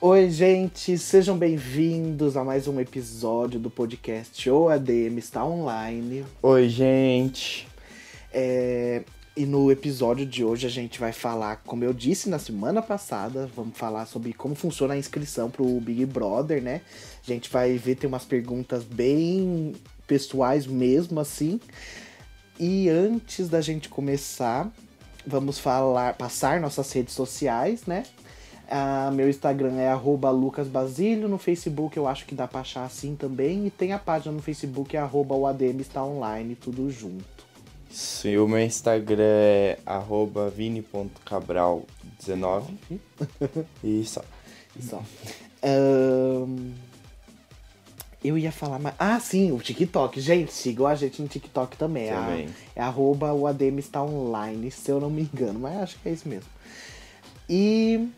Oi, gente, sejam bem-vindos a mais um episódio do podcast O ADM está online. Oi, gente. É, E no episódio de hoje a gente vai falar, como eu disse na semana passada, vamos falar sobre como funciona a inscrição pro Big Brother, né? A gente vai ver, tem umas perguntas bem pessoais mesmo, assim. E antes da gente começar, vamos falar, passar nossas redes sociais, né? Ah, meu Instagram é arroba lucasbasilio, no Facebook eu acho que dá pra achar assim também, e tem a página no Facebook, é arroba o ADM está online, tudo junto. Isso, e o meu Instagram é arroba vini.cabral19. E só. E só. Ahn, eu ia falar mais. Ah, sim, o TikTok. Gente, sigam a gente no TikTok também. É a- Também. É arroba o ADM está online, se eu não me engano, mas acho que é isso mesmo. E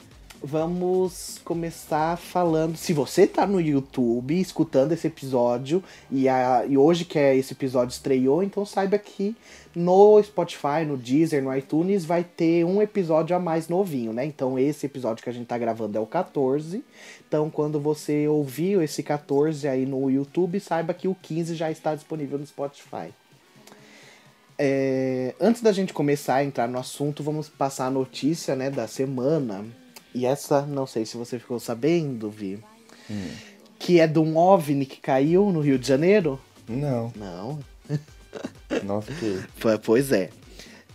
vamos começar falando. Se você tá no YouTube escutando esse episódio, e, a- e hoje que é esse episódio estreou, então saiba que no Spotify, no Deezer, no iTunes vai ter um episódio a mais novinho, né? Então esse episódio que a gente tá gravando é o 14. Então quando você ouviu esse 14 aí no YouTube, saiba que o 15 já está disponível no Spotify. É, antes da gente começar a entrar no assunto, vamos passar a notícia né, da semana. E essa, não sei se você ficou sabendo, Vi, que é de um OVNI que caiu no Rio de Janeiro? Não, Não, não fiquei. P- Pois é.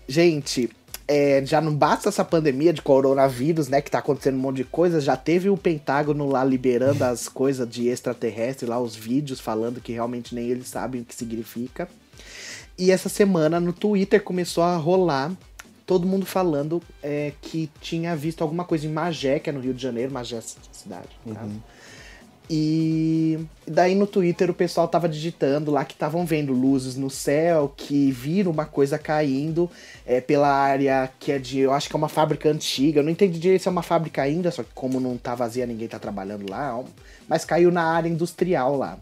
Gente, é, já não basta essa pandemia de coronavírus, né? Que tá acontecendo um monte de coisa. Já teve o Pentágono lá liberando as coisas de extraterrestre, lá os vídeos falando que realmente nem eles sabem o que significa. E essa semana no Twitter começou a rolar todo mundo falando é, que tinha visto alguma coisa em Magé, que é no Rio de Janeiro, Magé é a cidade, no caso. E daí no Twitter o pessoal tava digitando lá que estavam vendo luzes no céu, que viram uma coisa caindo é, pela área que é de. Eu acho que é uma fábrica antiga. Eu não entendi direito se é uma fábrica ainda, só que como não tá vazia, ninguém tá trabalhando lá. ó, Mas caiu na área industrial lá.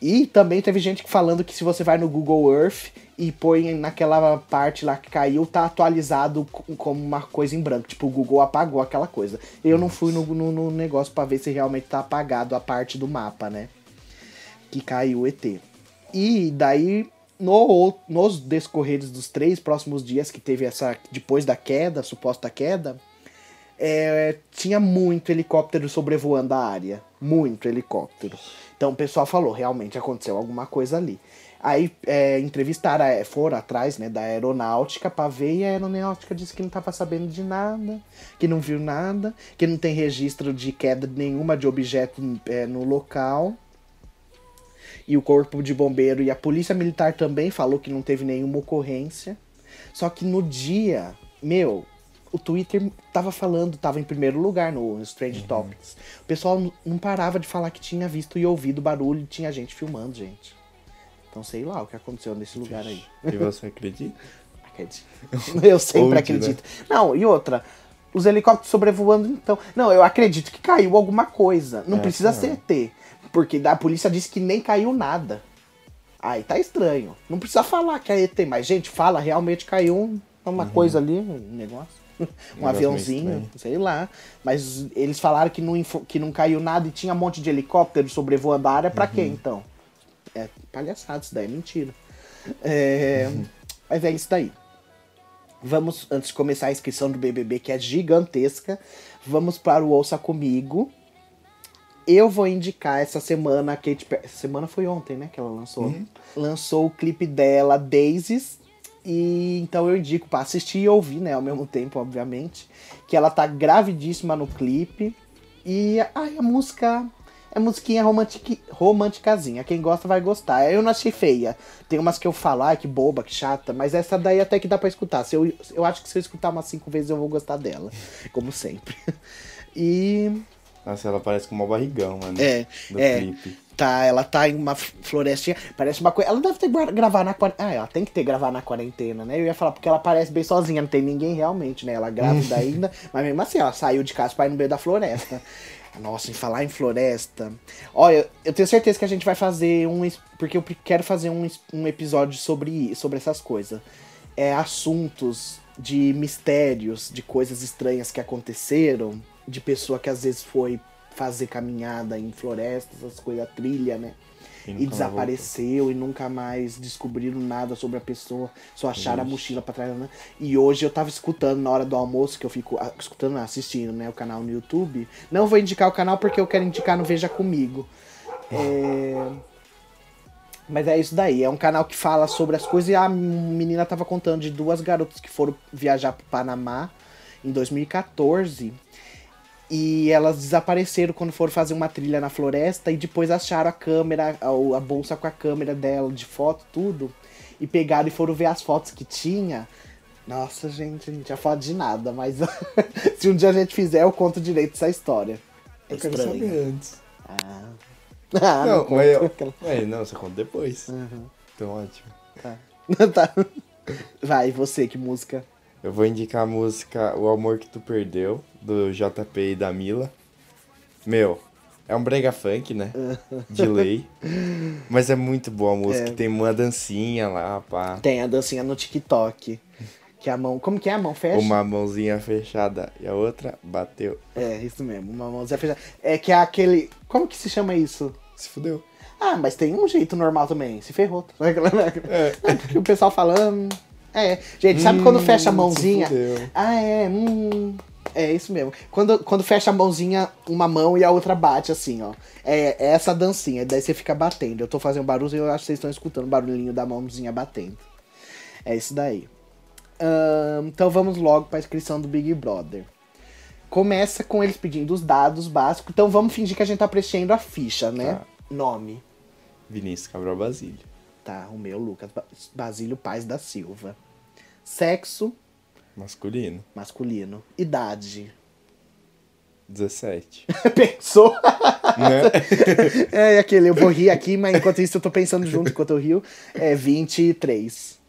E também teve gente falando que se você vai no Google Earth e põe naquela parte lá que caiu, tá atualizado co- como uma coisa em branco. Tipo, o Google apagou aquela coisa. Eu não fui no, no- no negócio pra ver se realmente tá apagado a parte do mapa, né? Que caiu o ET. E daí, no ou- nos decorreres dos três próximos dias que teve essa. Depois da queda, suposta queda, é, tinha muito helicóptero sobrevoando a área. Muito helicóptero. Então o pessoal falou, realmente aconteceu alguma coisa ali. Aí é, entrevistaram, a- foram atrás né, da aeronáutica pra ver e a aeronáutica disse que não tava sabendo de nada, que não viu nada, que não tem registro de queda nenhuma de objeto é, no local. E o corpo de bombeiro e a polícia militar também falou que não teve nenhuma ocorrência. Só que no dia, meu, o Twitter tava falando, tava em primeiro lugar no Strange Uhum. Topics. O pessoal n- não parava de falar que tinha visto e ouvido barulho, tinha gente filmando, gente. Então sei lá o que aconteceu nesse lugar aí. E você acredita? Acredito. Eu sempre Onde, né? acredito. Não, e outra. Os helicópteros sobrevoando, então. Não, eu acredito que caiu alguma coisa. Não É, precisa sim. ser ET. Porque a polícia disse que nem caiu nada. Aí tá estranho. Não precisa falar que é ET, mas, gente, fala, realmente caiu um- uma coisa ali, um negócio. Um meio aviãozinho, estranho. sei lá. Mas eles falaram que não, info- que não caiu nada e tinha um monte de helicóptero sobrevoando a área. Pra quê, então? É palhaçada, isso daí é mentira. É, Mas é isso daí. Vamos, antes de começar a inscrição do BBB, que é gigantesca, vamos para o Ouça Comigo. Eu vou indicar essa semana a Kate Perry. Semana foi ontem, né? Que ela lançou. Lançou o clipe dela, Daisies. E então eu indico para assistir e ouvir, né? Ao mesmo tempo, obviamente. Que ela tá gravidíssima no clipe. E ai, a música. É musiquinha romantic, romanticazinha. Quem gosta vai gostar. Eu não achei feia. Tem umas que eu falo, ai, que boba, que chata. Mas essa daí até que dá pra escutar. Se eu, eu acho que se eu escutar umas cinco vezes eu vou gostar dela. Como sempre. E. Nossa, ela parece com uma barrigão, mano. É, Do é. clipe. Tá, ela tá em uma florestinha. Parece uma coisa. Ela deve ter guar- gravar na quarentena. Ah, ela tem que ter gravar na quarentena, né? Eu ia falar, porque ela parece bem sozinha, não tem ninguém realmente, né? Ela é grávida ainda, mas mesmo assim, ela saiu de casa pra ir no meio da floresta. Nossa, em falar em floresta. Olha, eu, eu tenho certeza que a gente vai fazer um. es- Porque eu pre- quero fazer um, es- um episódio sobre, sobre essas coisas. É, assuntos de mistérios, de coisas estranhas que aconteceram, de pessoa que às vezes foi fazer caminhada em florestas, essas coisas, trilha, né? nunca E mais desapareceu e nunca mais descobriram nada sobre a pessoa, só acharam a mochila pra trás. Né? E hoje eu tava escutando na hora do almoço, que eu fico ah, escutando, assistindo, né, o canal no YouTube. Não vou indicar o canal porque eu quero indicar no Veja Comigo. É, Mas é isso daí, é um canal que fala sobre as coisas e a menina tava contando de duas garotas que foram viajar pro Panamá em 2014. E elas desapareceram quando foram fazer uma trilha na floresta e depois acharam a câmera, a, o- a bolsa com a câmera dela, de foto, tudo. E pegaram e foram ver as fotos que tinha. Nossa, gente, não tinha foto de nada, mas se um dia a gente fizer, eu conto direito essa história. É Eu quero estranho. saber antes. Ah. Ah, não, não, mas eu... conto. Ué, não, você conta depois. Então ótimo. Tá. Vai, você, que música? Eu vou indicar a música O Amor Que Tu Perdeu, do JP e da Mila. Meu, é um brega funk, né? De lei. Mas é muito boa a música. Tem uma dancinha lá, pá. Tem assim, a dancinha no TikTok. Que a mão. Como que é? A mão fecha? Uma mãozinha fechada e a outra bateu. É, isso mesmo. Uma mãozinha fechada. É que é aquele. Como que se chama isso? Se fudeu. Ah, mas tem um jeito normal também. Se ferrou. É. Não, porque o pessoal falando. É. Gente, sabe Hum, quando fecha a se mãozinha? fudeu. Ah, é. Hum. É isso mesmo. Quando, quando fecha a mãozinha, uma mão e a outra bate assim, ó. É, é essa dancinha. Daí você fica batendo. Eu tô fazendo barulho e eu acho que vocês estão escutando o barulhinho da mãozinha batendo. É isso daí. Ahn, então vamos logo pra inscrição do Big Brother. Começa com eles pedindo os dados básicos. Então vamos fingir que a gente tá preenchendo a ficha, né? Tá. Nome. Vinícius Cabral Basílio. Tá, o meu, Lucas Ba- Basílio Paz da Silva. Sexo, Masculino. masculino. Idade. 17. Pensou? né? É, aquele, eu vou rir aqui, mas enquanto isso eu tô pensando junto, enquanto eu rio. É 23.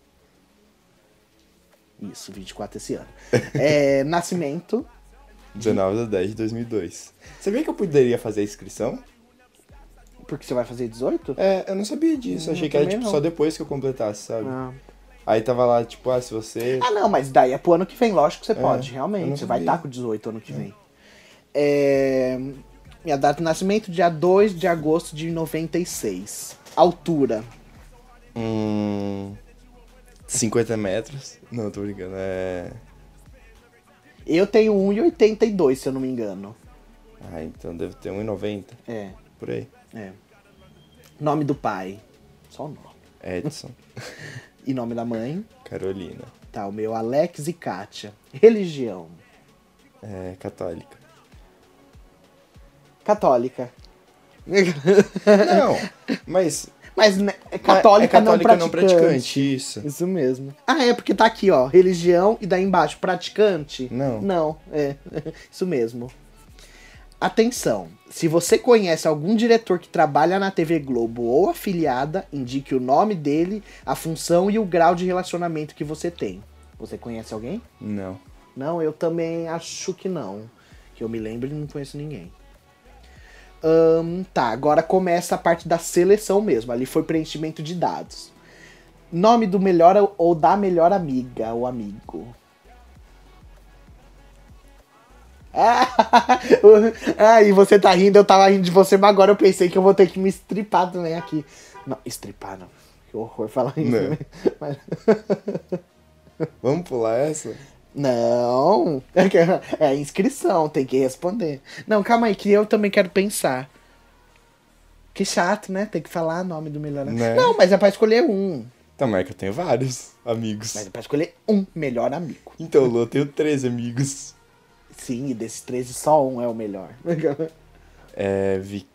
Isso, 24 esse ano. É, nascimento. 19 de 10 de 2002. Sabia que eu poderia fazer a inscrição? Porque você vai fazer 18? É, eu não sabia disso. achei que era também tipo, não. só depois que eu completasse, sabe? Ah. Aí tava lá, tipo, ah, se você. Ah, não, mas daí é pro ano que vem, lógico que você pode, eu não realmente. Você vai sabia. estar com 18 ano que vem. É, Minha data de nascimento, dia 2 de agosto de 96. Altura. Hum. 50 metros. Não, tô brincando. É. Eu tenho 1,82, se eu não me engano. Ah, então deve ter 1,90 É, por aí. é. Nome do pai. Só o nome. É Edson, E nome da mãe. Carolina. Tá, o meu Alex e Kátia. Religião. É católica. Católica. Não, mas. Mas né, é católica, é católica não praticante. Isso. Isso mesmo. Ah, é porque tá aqui, ó. Religião e daí embaixo, praticante? Não. Não, é. Isso mesmo. Atenção. Se você conhece algum diretor que trabalha na TV Globo ou afiliada, indique o nome dele, a função e o grau de relacionamento que você tem. Você conhece alguém? Não. Não, eu também acho que não. Que eu me lembro e não conheço ninguém. Ahn, tá, agora começa a parte da seleção mesmo. Ali foi preenchimento de dados. Nome do melhor ou da melhor amiga ou amigo. Ah, ah, e você tá rindo, eu tava rindo de você, mas agora eu pensei que eu vou ter que me estripar também aqui. Não, estripar não. Que horror falar isso. Não. né? Mas- Vamos pular essa? Não, é a inscrição, tem que responder. Não, calma aí, que eu também quero pensar. Que chato, né? Tem que falar o nome do melhor amigo. Né? Não, mas é pra escolher um. Então, mas é que eu tenho vários amigos. Mas é pra escolher um melhor amigo. Então, Lu, eu tenho três amigos. Sim, e desses 13, só um é o melhor. É, Vic.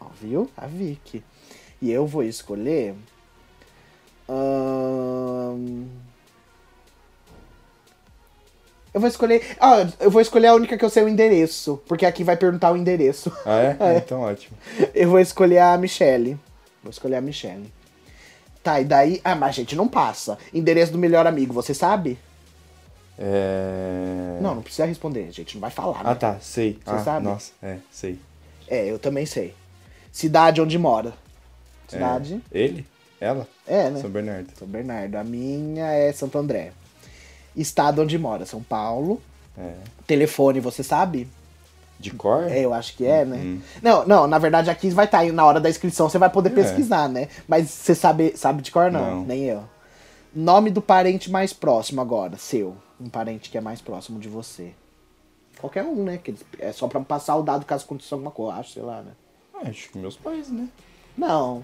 Ó, viu? A Vicky. E eu vou escolher. ahn, Eu vou escolher. Ah, eu vou escolher a única que eu sei o endereço. Porque aqui vai perguntar o endereço. Ah, é? Então, ótimo. Eu vou escolher a Michelle. Vou escolher a Michelle. Tá, e daí. Ah, mas a gente não passa. Endereço do melhor amigo, você sabe? É... Não, não precisa responder, a gente não vai falar. Ah, né? tá, sei. Você ah, sabe? Nossa, é, sei. É, eu também sei. Cidade onde mora. É, Cidade. Ele? Ela? É, né? São Bernardo. São Bernardo. A minha é Santo André. Estado onde mora, São Paulo. É. Telefone, você sabe? De cor? É, eu acho que é, né? Não, não, na verdade aqui vai estar aí na hora da inscrição, você vai poder É. pesquisar, né? Mas você sabe, sabe de cor, não, Não. nem eu. Nome do parente mais próximo agora, seu. Um parente que é mais próximo de você. Qualquer um, né? Que eles- é só pra passar o dado caso aconteça alguma coisa, eu acho, sei lá, né? Ah, Acho que meus pais, né? Não.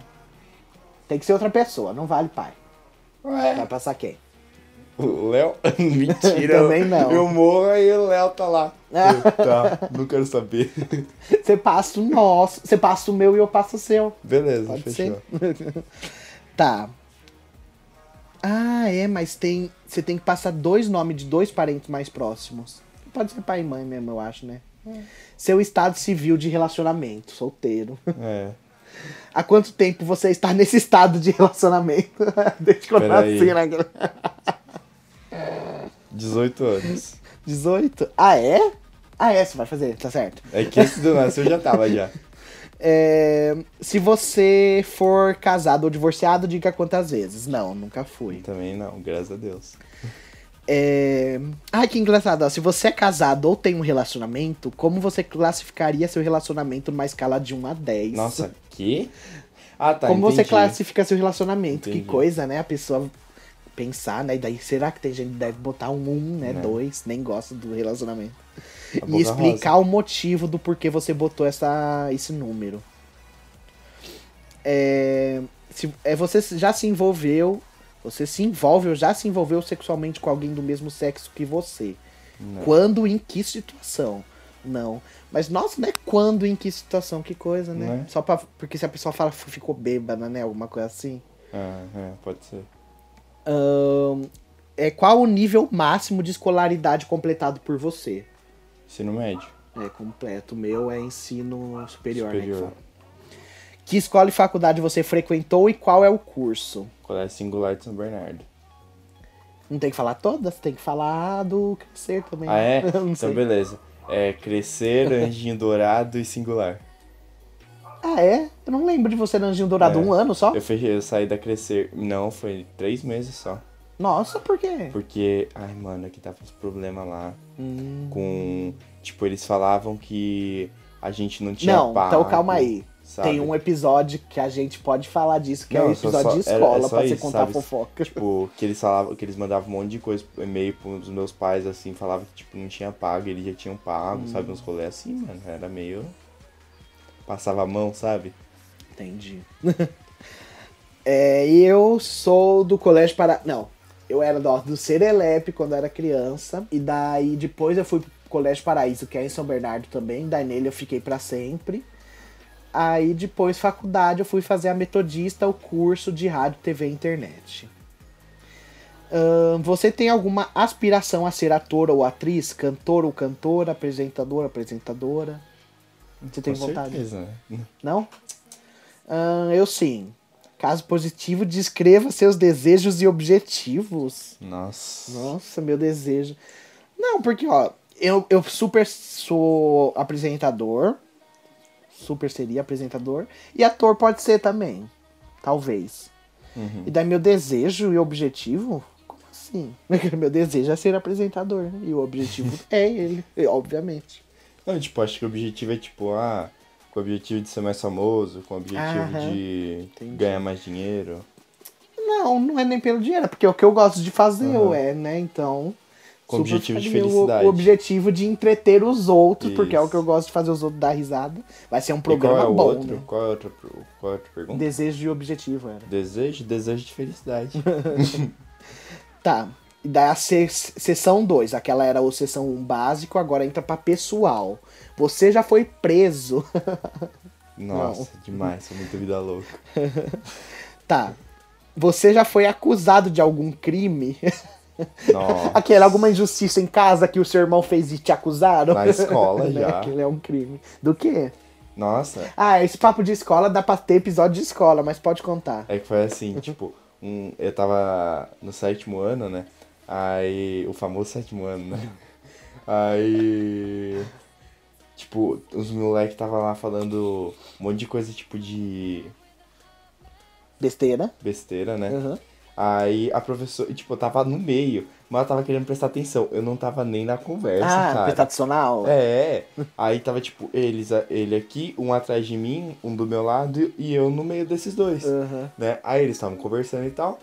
Tem que ser outra pessoa, não vale pai. Vai Ué, passar quem? o Léo? Mentira. eu- Também não. Ah. Eu morro e o Léo tá lá. Eu, tá, não quero saber. Você passa o nosso, você passa o meu e eu passo o seu. Beleza, Pode fechou. ser. tá. Ah, é, mas tem. Você tem que passar dois nomes de dois parentes mais próximos. Pode ser pai e mãe mesmo, eu acho, né? Seu estado civil de relacionamento, solteiro. É. Há quanto tempo você está nesse estado de relacionamento? Desde quando eu Peraí. nasci, né? 18 anos. 18? Ah, é? Ah, é, você vai fazer, tá certo. É que esse do nasceu já tava já. É, se você for casado ou divorciado, diga quantas vezes. Não, nunca fui. Também não, graças a Deus. É... Ai, que engraçado. ó. Se você é casado ou tem um relacionamento, como você classificaria seu relacionamento numa escala de 1 a 10? Nossa, que? Ah, tá. como você entendi. classifica seu relacionamento? Entendi. Que coisa, né? A pessoa pensar, né? E daí, será que tem gente que deve botar um 1, né? Né. 2, nem gosta do relacionamento. A boca E explicar o motivo do porquê você botou essa, esse número. É, se, é, você já se envolveu, você se envolve ou já se envolveu sexualmente com alguém do mesmo sexo que você. Não. É. Quando e em que situação? Não. Mas nossa, né? Quando e em que situação? Que coisa, né? Né? Só pra, porque se a pessoa fala "Fu- ficou bêbada, né? Alguma coisa assim. Ah, é, pode ser. Ahn, é qual o nível máximo de escolaridade completado por você? Ensino médio. É completo. O meu é ensino superior, né? Que, Superior. fala. que escola e faculdade você frequentou e qual é o curso? Colégio Singular de São Bernardo. Não tem que falar todas, tem que falar do crescer também. Ah, é? Não Então, sei. beleza. É Crescer, Anjinho Dourado e Singular. Ah, é? Eu não lembro de você no Anjinho Dourado É. um ano só. Eu, fechei, eu saí da Crescer. Não, foi três meses só. Nossa, por quê? Porque, ai, mano, aqui tava uns problemas lá. Hum. Com. Tipo, eles falavam que a gente não tinha não, pago, então calma aí. sabe? Tem um episódio que a gente pode falar disso, que é Não, o só- episódio só- de era- é escola, só pra você isso, contar sabe? fofoca. Tipo, que eles falavam, que eles mandavam um monte de coisa, e-mail pros meus pais, assim, falavam que, tipo, não tinha pago, eles já tinham pago, Hum. sabe? Uns rolês assim, mano. Era meio. Passava a mão, sabe? Entendi. é, eu sou do colégio para. Não, eu era do, do Serelepe quando era criança. E daí depois eu fui pro Colégio Paraíso, que é em São Bernardo também. Daí nele eu fiquei pra sempre. Aí depois, faculdade, eu fui fazer a Metodista, o curso de rádio, TV e internet. Ahn, você tem alguma aspiração a ser ator ou atriz? Cantor ou cantora? Apresentador, apresentadora? Você tem Com vontade? certeza, né? Não? Ahn, eu sim. Caso positivo, descreva seus desejos e objetivos. Nossa. Nossa, meu desejo. Não, porque, ó, eu, eu super sou apresentador. Super seria apresentador. E ator pode ser também. Talvez. Uhum. E daí meu desejo e objetivo? Como assim? Meu desejo é ser apresentador. né? E o objetivo é ele, obviamente. Não, tipo, acho que o objetivo é, tipo, ah, com o objetivo de ser mais famoso, com o objetivo Aham. de Entendi. ganhar mais dinheiro. Não, não é nem pelo dinheiro, é porque é o que eu gosto de fazer, Aham. ué, né? Então. Com super objetivo de faria o- felicidade. O objetivo de entreter os outros, porque é o Isso. que eu gosto de fazer os outros dar risada. Vai ser um E qual programa é o bom. outro? né? Qual é a outra, pro- qual é a outra pergunta? Desejo e objetivo era. Desejo? Desejo de felicidade. Tá. E daí a se- sessão 2, aquela era o sessão 1 básico, agora entra pra pessoal. Você já foi preso. Nossa, demais, sou muito vida louca. tá. Você já foi acusado de algum crime? Nossa. Aquela alguma injustiça em casa que o seu irmão fez e te acusaram? Na escola, Né? já. Aquilo é um crime. Do quê? Nossa, Ah, esse papo de escola dá pra ter episódio de escola, mas pode contar. é que foi Uhum. assim, tipo, um, eu tava no sétimo ano, né? Aí, o famoso sétimo ano, né? Aí, tipo, os moleques tava lá falando um monte de coisa, tipo, de Besteira. besteira, né? Aham. Aí a professora, tipo, eu tava no meio. Mas eu tava querendo prestar atenção. Eu não tava nem na conversa, ah, cara. prestacional? É. Aí tava tipo, eles, ele aqui, um atrás de mim, um do meu lado e eu no meio desses dois. Aham. Né? Aí eles estavam conversando e tal.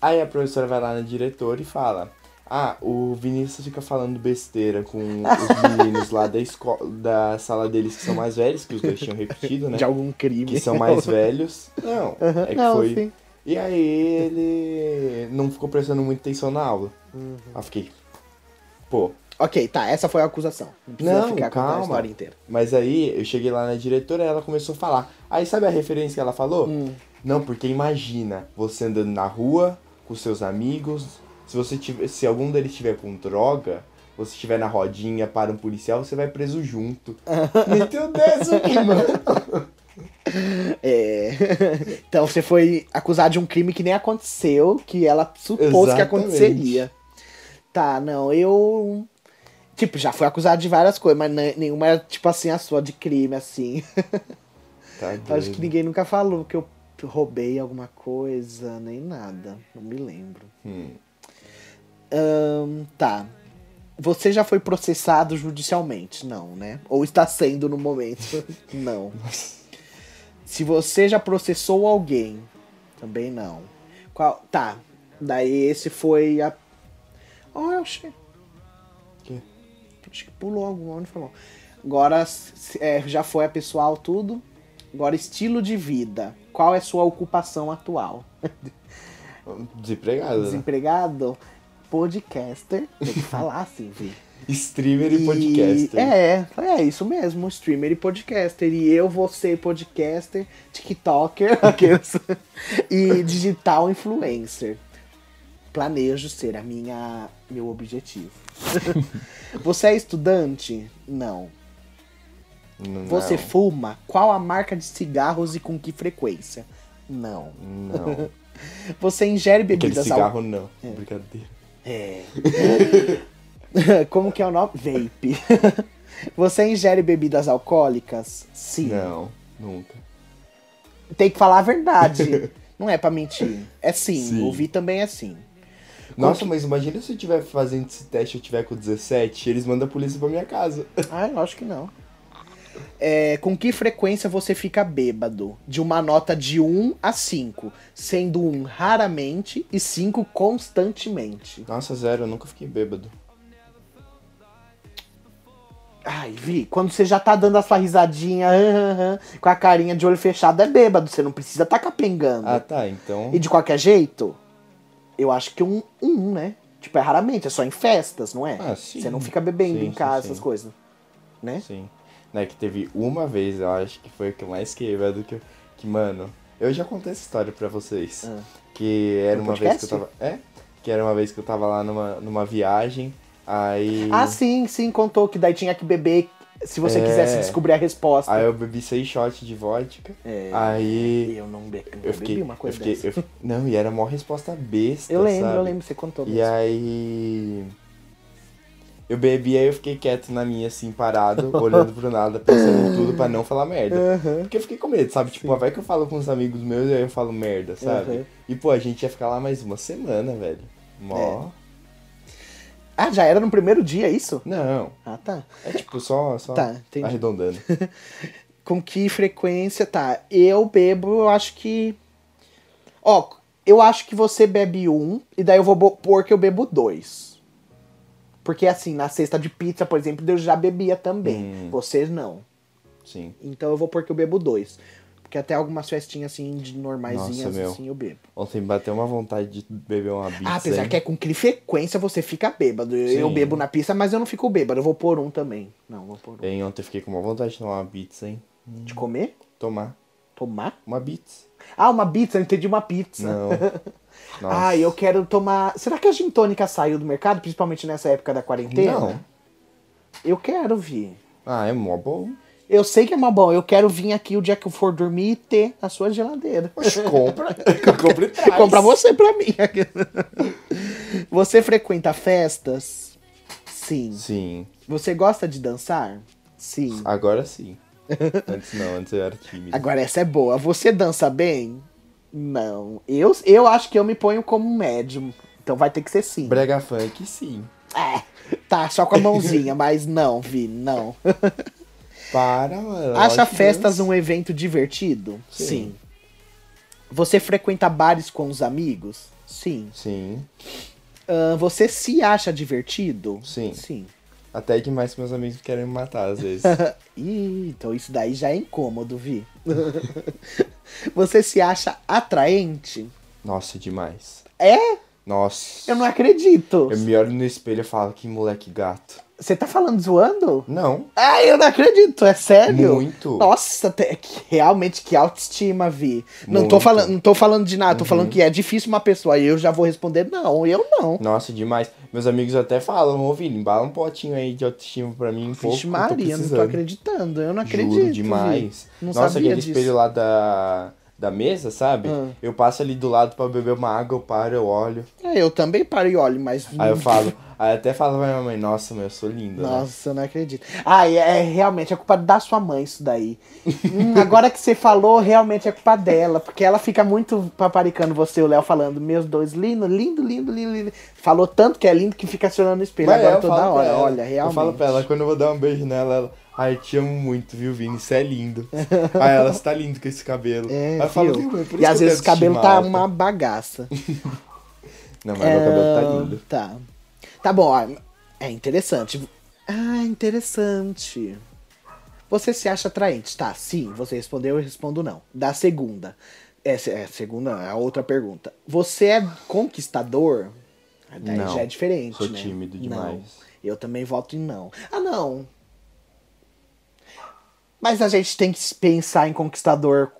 Aí a professora vai lá na diretora e fala: Ah, o Vinícius fica falando besteira com os meninos lá da escola, da sala deles que são mais velhos, que os dois tinham repetido, né? De algum crime. Que são mais velhos. Não, Aham, é que não, foi. sim. E aí ele não ficou prestando muita atenção na aula. Uhum. Aí eu fiquei, pô. Ok, tá, essa foi a acusação. Não precisa Não, ficar contando a calma. história inteira. Mas aí eu cheguei lá na diretora e ela começou a falar. Aí sabe a referência que ela falou? Hum. Não, porque imagina você andando na rua com seus amigos. Se você tiver, se algum deles tiver com droga, você estiver na rodinha para um policial, você vai preso junto. Meteu 10 aqui, mano. É. então você foi acusado de um crime que nem aconteceu, que ela supôs que Exatamente. aconteceria. Tá, não, eu. Tipo, já fui acusado de várias coisas, mas ne- nenhuma era, tipo assim, a sua de crime, assim. Tá Acho que doido. ninguém nunca falou que eu roubei alguma coisa, nem nada. Não me lembro. Hum. Ahn, tá. Você já foi processado judicialmente? Não, né? Ou está sendo no momento? não. Se você já processou alguém? Também não. Qual? Tá. Daí esse foi a. Oh, eu achei. Quê? Acho que pulou algum onde falou. Agora se- é, já foi a pessoal tudo. Agora estilo de vida. Qual é sua ocupação atual? Desempregado, né? Desempregado? Podcaster. Tem que falar assim, Vi. Streamer e, podcaster. É, é isso mesmo, streamer e podcaster. E eu vou ser podcaster, TikToker aqueles, e digital influencer. Planejo ser a minha meu objetivo. Você é estudante? Não. Não, Você fuma? Qual a marca de cigarros e com que frequência? Não. Não. Você ingere Aquele bebidas alcoólicas? cigarro não. Brincadeira. É. Como que é o nome? Vape. Você ingere bebidas alcoólicas? Sim. Não, nunca. Tem que falar a verdade. Não é pra mentir. É sim. Sim. O Vi também é sim. Nossa, mas imagina se eu tiver fazendo esse teste e eu tiver com 17, eles mandam a polícia pra minha casa. Ah, eu acho que não. É, com que frequência você fica bêbado? De uma nota de 1 a 5, sendo 1 raramente e 5 constantemente. Nossa, zero, eu nunca fiquei bêbado. Ai, Vi, quando você já tá dando a sua risadinha, aham, aham, com a carinha de olho fechado, é bêbado. Você não precisa tá capengando. Ah, tá, então. E de qualquer jeito, eu acho que um, um né? Tipo, é raramente, é só em festas, não é? Ah, sim. Você não fica bebendo Sim, em sim, casa, sim. essas coisas. Né? Sim. Né, que teve uma vez, eu acho que foi a que eu mais fiquei bêbado que, eu- que mano, eu já contei essa história pra vocês. Ah. Que era No uma vez que eu tava. podcast? É? Que era uma vez que eu tava lá numa, numa viagem. Aí. Ah, sim, sim, contou que daí tinha que beber se você É. quisesse descobrir a resposta. Aí eu bebi seis shots de vodka. É. Aí. Eu não, be nunca Eu fiquei, bebi uma coisa eu fiquei, dessa. eu fi- não, e era uma resposta besta, Eu lembro, sabe? eu lembro, você contou E mesmo. aí... Eu bebi, aí eu fiquei quieto na minha, assim, parado, olhando pro nada, pensando em tudo pra não falar merda. Aham. Porque eu fiquei com medo, sabe? Tipo, vai que eu falo com os amigos meus e aí eu falo merda, sabe? Uhum. E, pô, a gente ia ficar lá mais uma semana, velho. Mó... É. Ah, já era no primeiro dia isso? Não, Ah, tá. é tipo, só, só Tá, entendi. arredondando. Com que frequência, tá? Eu bebo, eu acho que. Ó, eu acho que você bebe um, e daí eu vou bo- pôr que eu bebo dois. Porque assim, na cesta de pizza, por exemplo, eu já bebia também. Hum. Vocês não. Sim. Então eu vou pôr que eu bebo dois. Porque até algumas festinhas assim, de normaisinhas, Nossa, meu. assim, eu bebo. Ontem bateu uma vontade de beber uma pizza, Ah, apesar hein? que é com que frequência você fica bêbado. Eu, eu Sim. bebo na pizza, mas eu não fico bêbado. Eu vou pôr um também. Não, vou pôr um. Hein, ontem eu fiquei com uma vontade de tomar uma pizza, hein? De comer? Tomar Tomar? uma pizza. Ah, uma pizza, eu entendi uma pizza. Não. Ah, eu quero tomar. Será que a gin tônica saiu do mercado, principalmente nessa época da quarentena? Não. Eu quero vir. Ah, é mó bom. Eu sei que é uma bom. Eu quero vir aqui o dia que eu for dormir e ter na sua geladeira. Oxe, compra. compra e traz. Comprar você pra mim. você frequenta festas? Sim. Sim, Você gosta de dançar? Sim. agora sim. Antes não, antes eu era tímido. Agora essa é boa. Você dança bem? Não. Eu, eu acho que eu me ponho como um médium. Então vai ter que ser sim. Brega funk, sim. É, tá, só com a mãozinha, mas não, Vi, não. Para, mano. Acha olha que festas Deus. um evento divertido? Sim. Sim. Você frequenta bares com os amigos? Sim. Sim. Ahn, você se acha divertido? Sim. Sim. Até demais que meus amigos querem me matar às vezes. Ih, então isso daí já é incômodo, Vi. você se acha atraente? Nossa, demais. É? Nossa. Eu não acredito. Eu me olho no espelho e falo, que moleque gato. Você tá falando zoando? Não. Ah, eu não acredito, é sério? Muito. Nossa, te- que- realmente que autoestima, Vi. Não tô, Muito. Uhum. falando, não tô falando de nada, tô falando que é difícil uma pessoa. E eu já vou responder, não, eu não. Nossa, demais. Meus amigos até falam, ô Vini, embala um potinho aí de autoestima pra mim um pouco. Vixe que eu Maria, não tô precisando." acreditando, eu não acredito. Juro Vi. demais. Não Nossa, sabia aquele disso. espelho lá da, da mesa, sabe? Ah. Eu passo ali do lado pra beber uma água, eu paro, eu olho. É, eu também paro e olho, mas. Aí eu falo, aí eu até falo pra minha mãe, nossa, meu, eu sou linda. né?" Nossa, eu não acredito. Ah, é, é, realmente é culpa da sua mãe isso daí. Hum, agora que você falou, realmente é culpa dela, porque ela fica muito paparicando você e o Léo falando, meus dois lindos, lindo, lindo, lindo, lindo. Falou tanto que é lindo que fica acionando o espelho Mas é, agora eu falo toda pra hora. ela, Olha, realmente. Eu falo pra ela, quando eu vou dar um beijo nela, ela. Ai, eu te amo muito, viu, Vini? Você é lindo. Aí ela, você tá lindo com esse cabelo. É, Aí eu falo, viu? viu, é por isso e às que eu vezes o tenho cabelo autoestima tá alta." uma bagaça. Não, mas meu cabelo tá lindo. Ah, Tá. Tá bom, ó. É interessante. Ah, interessante. Você se acha atraente? Tá, sim. Você respondeu, eu respondo não. Da segunda. Essa é a segunda, é a outra pergunta. Você é conquistador? Daí Não, já é diferente, sou né? tímido Não. demais. Eu também voto em não. Ah, não. Mas a gente tem que pensar em conquistador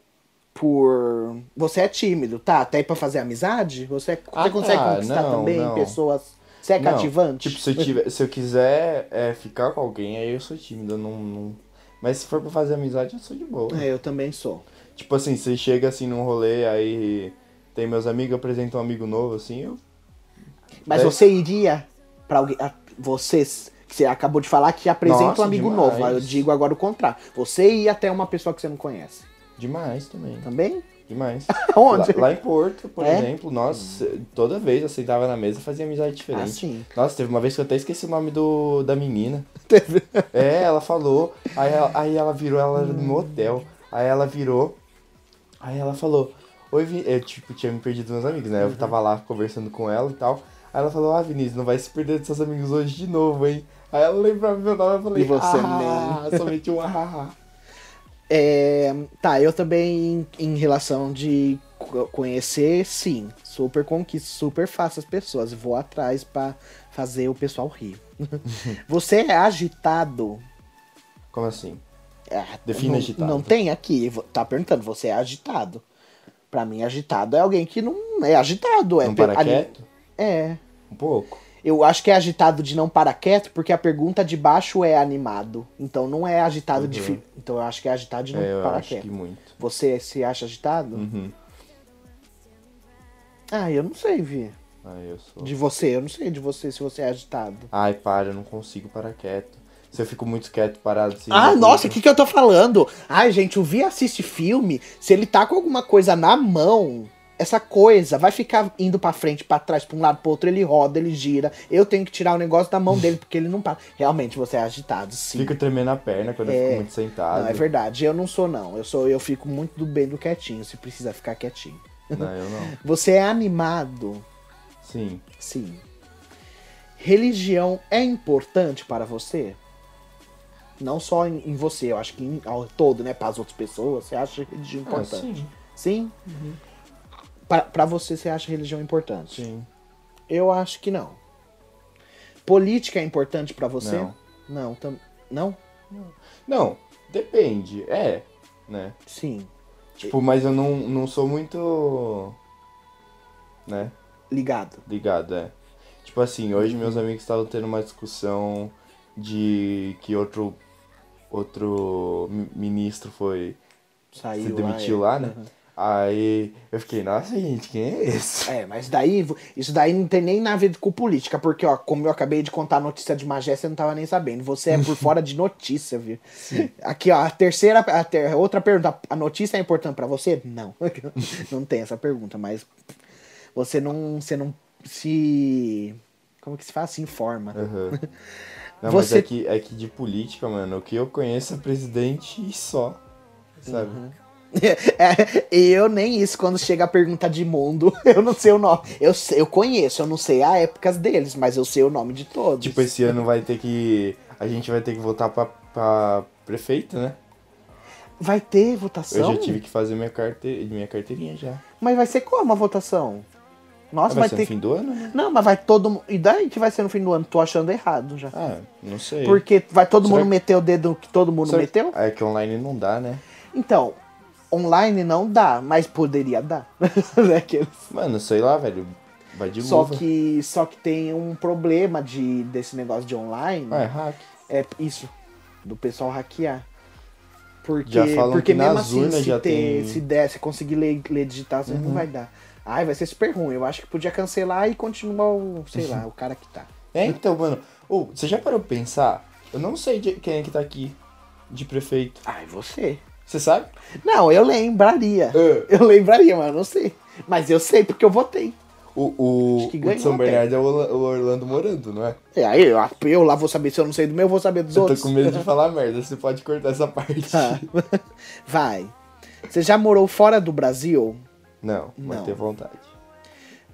por. Você é tímido, tá? Até pra fazer amizade? Você, você Ah, consegue tá, conquistar não, também não. pessoas. Você é Não, cativante? Tipo, se eu, tiver, se eu quiser é, ficar com alguém, aí eu sou tímido, eu não, não. Mas se for pra fazer amizade, eu sou de boa. É, eu também sou. Tipo assim, você chega assim num rolê, aí tem meus amigos, apresenta um amigo novo, assim, eu. Mas É. você iria pra alguém. a- Vocês. Que você acabou de falar que apresenta Nossa, um amigo demais. novo. Aí Eu digo agora o contrário. Você ia até uma pessoa que você não conhece. Demais também. Também? Demais. Onde? Lá, lá em Porto, por É? exemplo, nós toda vez eu sentava na mesa e fazia amizade diferente. Ah, sim. Nossa, teve uma vez que eu até esqueci o nome do, da menina. É, ela falou, aí ela, aí ela virou, ela era do meu hotel. Aí ela virou, aí ela falou, oi Vinícius. Eu tipo, tinha me perdido meus amigos, né? Eu Uhum. tava lá conversando com ela e tal. Aí ela falou, ah, Vinícius, não vai se perder dos seus amigos hoje de novo, hein? Aí ela lembrava meu nome, eu falei, E você ah, somente um ah, ah, ah." É, tá, eu também em, em relação de co- conhecer, sim. Super conquisto, super faço as pessoas. Vou atrás pra fazer o pessoal rir. Você é agitado? Como assim? É, Defina não, agitado. Não tem aqui. vo- Tá perguntando, você é agitado. Pra mim, agitado é alguém que não é agitado. É, Não pe- para ali- quieto? é. Um pouco. Eu acho que é agitado de não para quieto, porque a pergunta de baixo é animado. Então não é agitado de. Uhum. fi- Então eu acho que é agitado de não É, eu para acho quieto. que muito. Você se acha agitado? Uhum. Ah, eu não sei, Vi. Ai, eu sou. De você, eu não sei de você se você é agitado. Ai, para, eu não consigo parar quieto. Se eu fico muito quieto, parado assim. Ah, eu- nossa, o que, que eu tô falando? Ai, gente, o Vi assiste filme, se ele tá com alguma coisa na mão, essa coisa vai ficar indo pra frente, pra trás, pra um lado, pro outro, ele roda, ele gira. Eu tenho que tirar o negócio da mão dele, porque ele não para. Realmente, você é agitado, sim. Fico tremendo a perna quando eu É. fico muito sentado. Não, é verdade. Eu não sou, não. Eu sou, eu fico muito do bem do quietinho, se precisar ficar quietinho. Não, eu não. Você é animado? Sim, Sim. Religião é importante para você? Não só em, em você, eu acho que em, ao todo, né? Para as outras pessoas, você acha religião importante. Ah, sim. Uhum. sim? Pra Para você, você acha religião importante? sim. Eu acho que não. Política é importante para você? Não. Não, tam- não? Não, depende. É, né? Sim. Tipo, mas eu não, não sou muito. Né? Ligado. Ligado, é. Tipo assim, hoje Uhum. meus amigos estavam tendo uma discussão de que outro. Outro mi- ministro foi Saiu se lá, demitiu é. lá, né? Aí eu fiquei, nossa, gente, quem é esse? É, mas daí, isso daí não tem nem nada a ver com política, porque, ó, como eu acabei de contar a notícia de Magé, você não tava nem sabendo. Você é por fora de notícia, viu? Aqui, ó, a terceira, a ter- outra pergunta. A notícia é importante pra você? Não. não tem essa pergunta, mas você não, você não se. Como que se fala? Se informa. Aham. Uhum. Não, Você- mas é que, é que de política, mano, o que eu conheço é presidente e só. Sabe? Uhum. É, eu nem isso quando chega a pergunta de mundo, eu não sei o nome. Eu, sei- eu conheço, eu não sei a épocas deles, mas eu sei o nome de todos. Tipo, esse ano vai ter que. A gente vai ter que votar pra, pra prefeito, né? Vai ter Eu votação? já tive que fazer minha, carte... minha carteirinha já. Mas vai ser como a votação? Nossa, Ah, vai, vai ser ter. no fim do ano, né? Não, mas vai todo mundo. E daí que vai ser no fim do ano? Tô achando errado já. Ah, não sei. Porque vai todo Será mundo que- meter o dedo que todo mundo Será- meteu? É que online não dá, né? Então, online não dá, mas poderia dar. Né, que- Mano, sei lá, velho. Vai de só, luva. que, só que tem um problema de, desse negócio de online. Ah, é hack. É isso, do pessoal hackear. Porque, Já falam porque que mesmo nas assim, urnas se, já ter- tem- Uhum. se der, se conseguir ler, ler digital, você não vai dar. Ai, vai ser super ruim. Eu acho que podia cancelar e continuar o, sei lá, o cara que tá. É, então, mano. Ô, você já parou pra pensar? Eu não sei de quem é que tá aqui de prefeito. Ai, você. Você sabe? Não, eu lembraria. É. Eu lembraria, mas eu não sei. Mas eu sei porque eu votei. O, o, Acho que o ganhou de São até. Bernardo é o Orla- o Orlando morando, não é? E aí, eu, eu lá vou saber se eu não sei do meu, eu vou saber dos Eu tô outros. tá com medo de falar merda, você pode cortar essa parte. Tá. Vai. Você já morou fora do Brasil? Não, mas Não. ter vontade.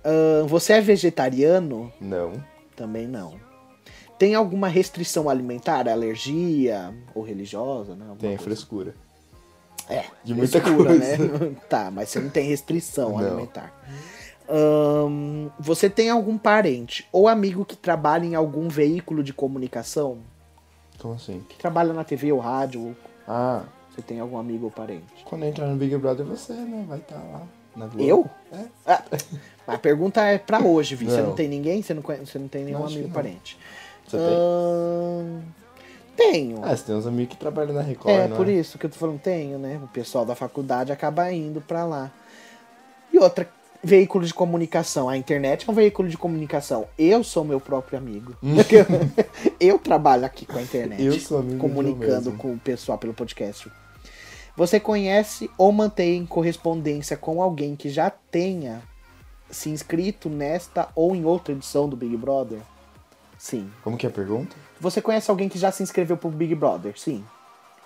Ahn, você é vegetariano? Não. Também não. Tem alguma restrição alimentar, alergia ou religiosa, né? Alguma Tem coisa. frescura. É, de muita coisa. né? Tá, mas você não tem restrição Não. alimentar. Ahn, você tem algum parente ou amigo que trabalha em algum veículo de comunicação? Como assim? Que trabalha na TV ou rádio? ou Ah, Você tem algum amigo ou parente? quando entrar no Big Brother você, né? Vai estar lá. Na Globo. Eu? É. Ah, a pergunta é pra hoje, Vi. Você Não. não tem ninguém? Você não, conhe- você não tem nenhum Não, acho amigo que ou não. parente? Você tem? Ahn, Tenho. Ah, você tem uns amigos que trabalham na Record, É, não por é? isso que eu tô falando, tenho, né? O pessoal da faculdade acaba indo pra lá. E outra, veículo de comunicação. A internet é um veículo de comunicação. Eu sou meu próprio amigo. eu trabalho aqui com a internet. Hum. Eu sou amigo meu Comunicando mesmo. com o pessoal pelo podcast. Você conhece ou mantém correspondência com alguém que já tenha se inscrito nesta ou em outra edição do Big Brother? Sim. Como que é a pergunta? Você conhece alguém que já se inscreveu pro Big Brother? Sim.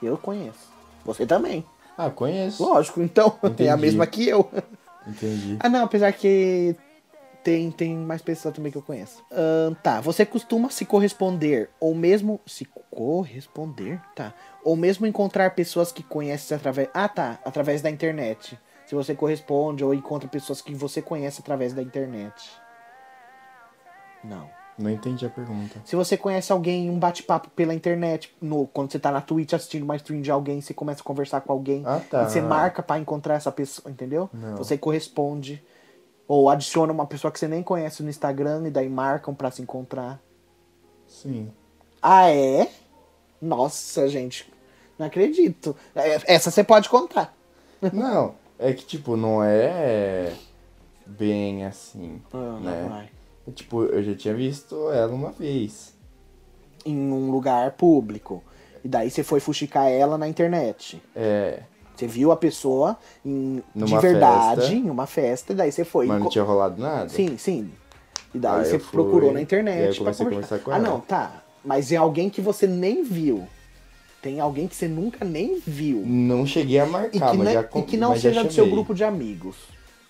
Eu conheço. Você também. Ah, conheço. Lógico, então. É a Entendi. mesma que eu. Entendi. Ah, não, apesar que tem, tem mais pessoas também que eu conheço. Ahn, tá, você costuma se corresponder, ou mesmo. Se corresponder? Tá. Ou mesmo encontrar pessoas que conhece através. Ah, tá. Através da internet. Se você corresponde ou encontra pessoas que você conhece através da internet. Não. Não entendi a pergunta. Se você conhece alguém, um bate-papo pela internet, no, quando você tá na Twitch assistindo uma stream de alguém, você começa a conversar com alguém. Ah, tá. E você marca pra encontrar essa pessoa, entendeu? Não. Você corresponde. Ou adiciona uma pessoa que você nem conhece no Instagram e daí marcam pra se encontrar. Sim. Ah, é? Nossa, gente. Não acredito. É, Essa você pode contar. Não, é que, tipo, não é bem assim, Ah, né? vai. Tipo, eu já tinha visto ela uma vez. Em um lugar público. E daí você foi fuxicar ela na internet. É, Você viu a pessoa em, de Numa verdade, festa. em uma festa, e daí você foi. mas não Co- tinha rolado nada. Sim, sim. E daí Aí você eu fui, procurou na e aí eu internet. pra comecei a conversar com ah, ela. não, tá. Mas é alguém que você nem viu. Tem alguém que você nunca nem viu. Não cheguei a E marcar, que, Tá, mas ne- já e con- que não mas já seja do seu chamei. grupo de amigos.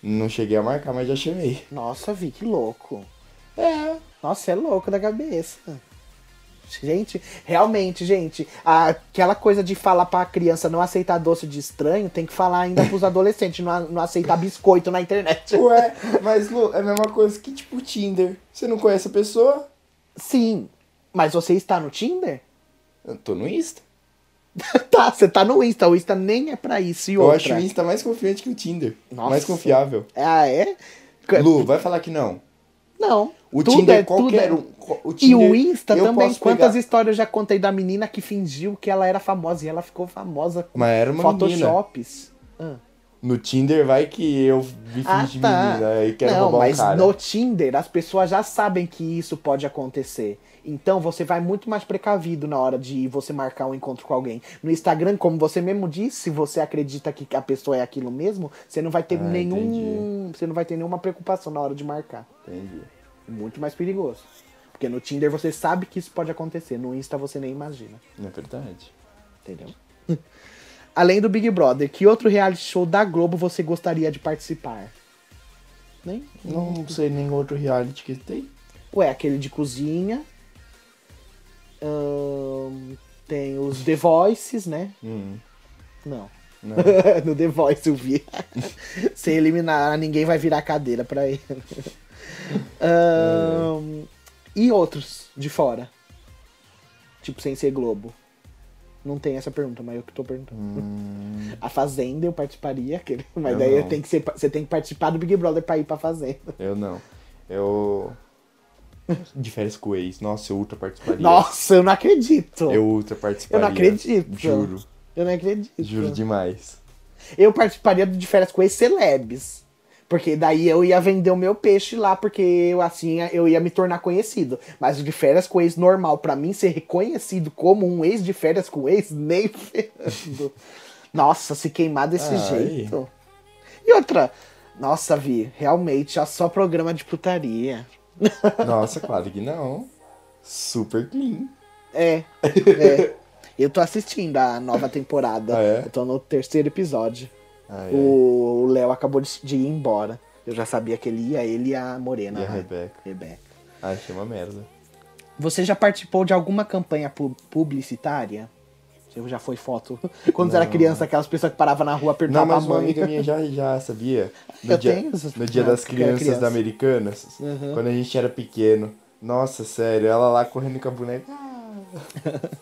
Não cheguei a marcar, mas já chamei. Nossa, Vi, que louco. É. Nossa, você é louco da cabeça. Gente, realmente, gente, a- aquela coisa de falar pra criança não aceitar doce de estranho, tem que falar ainda pros adolescentes, não, a- não aceitar biscoito na internet. Ué, mas Lu, é a mesma coisa que tipo Tinder. Você não conhece a pessoa? Sim, mas você está no Tinder? Eu tô no Insta. Tá, você tá no Insta, o Insta nem é pra isso e Eu acho outra. o Insta mais confiante que o Tinder. Nossa. Mais confiável. Ah, é? C- Lu, vai falar que não. Não. O tudo Tinder é- tudo qualquer é- um. co- O E Tinder, o Insta eu também. posso Quantas pegar. histórias eu já contei da menina que fingiu que ela era famosa e ela ficou famosa com Mas era uma menina. Photoshops. Ah. No Tinder vai que eu me Ah, fingi tá. menina e quero não, roubar mas um cara. no Tinder as pessoas já sabem que isso pode acontecer. Então você vai muito mais precavido na hora de você marcar um encontro com alguém. No Instagram, como você mesmo disse, se você acredita que a pessoa é aquilo mesmo, você não vai ter Ah, nenhum, você não vai ter nenhuma preocupação na hora de marcar. Entendi. Muito mais perigoso. Porque no Tinder você sabe que isso pode acontecer, no Insta você nem imagina. É verdade. Entendeu? Além do Big Brother, que outro reality show da Globo você gostaria de participar? Nem? Não sei nenhum outro reality que tem. Ué, aquele de cozinha. Ahn, tem os The Voices, né? Hum, Não. não. no The Voice eu vi. Se eliminar, ninguém vai virar cadeira pra ele. Ahn, E outros de fora? Tipo, sem ser Globo. Não tem essa pergunta, mas eu que tô perguntando. Hum, A Fazenda eu participaria, aquele, mas Eu daí não. tem que ser, você tem que participar do Big Brother pra ir pra Fazenda. eu não. Eu. De férias com o ex. Nossa, eu ultra participaria. Nossa, eu não acredito! Eu ultra participaria. Eu não acredito. Juro. Eu não acredito. Juro demais. Eu participaria de férias com ex-celebs. Porque daí eu ia vender o meu peixe lá, porque eu, assim eu ia me tornar conhecido. Mas o de férias com ex normal, pra mim ser reconhecido como um ex de férias com ex, nem ferrando. Nossa, se queimar desse Ah, jeito. E outra, nossa, Vi, realmente é só programa de putaria. Nossa, claro que não. Super clean. É, é. Eu tô assistindo a nova temporada. Ah, é? Eu tô no terceiro episódio. Ah, é. O o Léo acabou de de ir embora. Eu já sabia que ele ia, ele e a Morena. E a né? Rebeca. Rebeca. Ah, achei uma merda. Você já participou de alguma campanha pu- publicitária? Você já foi foto. Quando você era Não. criança, aquelas pessoas que paravam na rua Não, perguntavam mas pra uma mãe. amiga minha já, já sabia. No Eu dia, tenho essas- no dia Ah, das porque eu era crianças criança. da Americanas, Uhum. quando a gente era pequeno. Nossa, sério, ela lá correndo com a boneca.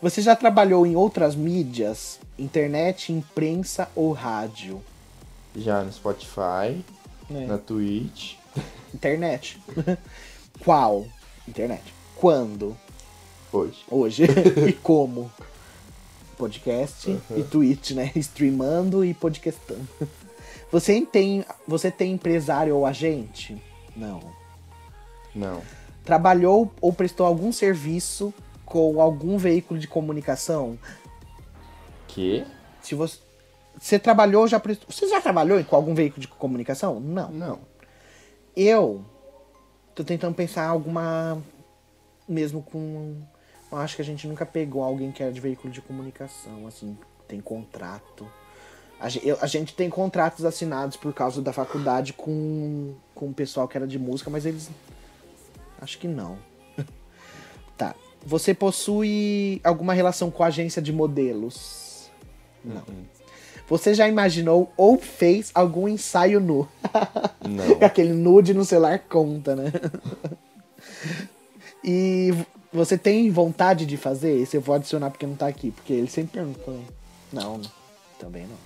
Você já trabalhou em outras mídias? Internet, imprensa ou rádio? Já no Spotify, É. na Twitch. Internet. Qual? Internet. Quando? Hoje. hoje e como podcast e tweet, né? Streamando e podcastando. Você tem, você tem empresário ou agente? Não. Não. Trabalhou ou prestou algum serviço com algum veículo de comunicação? Que? Se você você trabalhou já prestou, você já trabalhou com algum veículo de comunicação? Não. Não. Eu tô tentando pensar alguma mesmo com eu acho que a gente nunca pegou alguém que era de veículo de comunicação, assim, tem contrato. A gen- eu- a gente, tem contratos assinados por causa da faculdade com, com o pessoal que era de música, mas eles. Acho que não. tá. Você possui alguma relação com a agência de modelos? Não. Você já imaginou ou fez algum ensaio nu? Não. É Aquele nude no celular conta, né? e v- você tem vontade de fazer? Esse eu vou adicionar porque não tá aqui, porque ele sempre pergunta. né? Não, não. também não.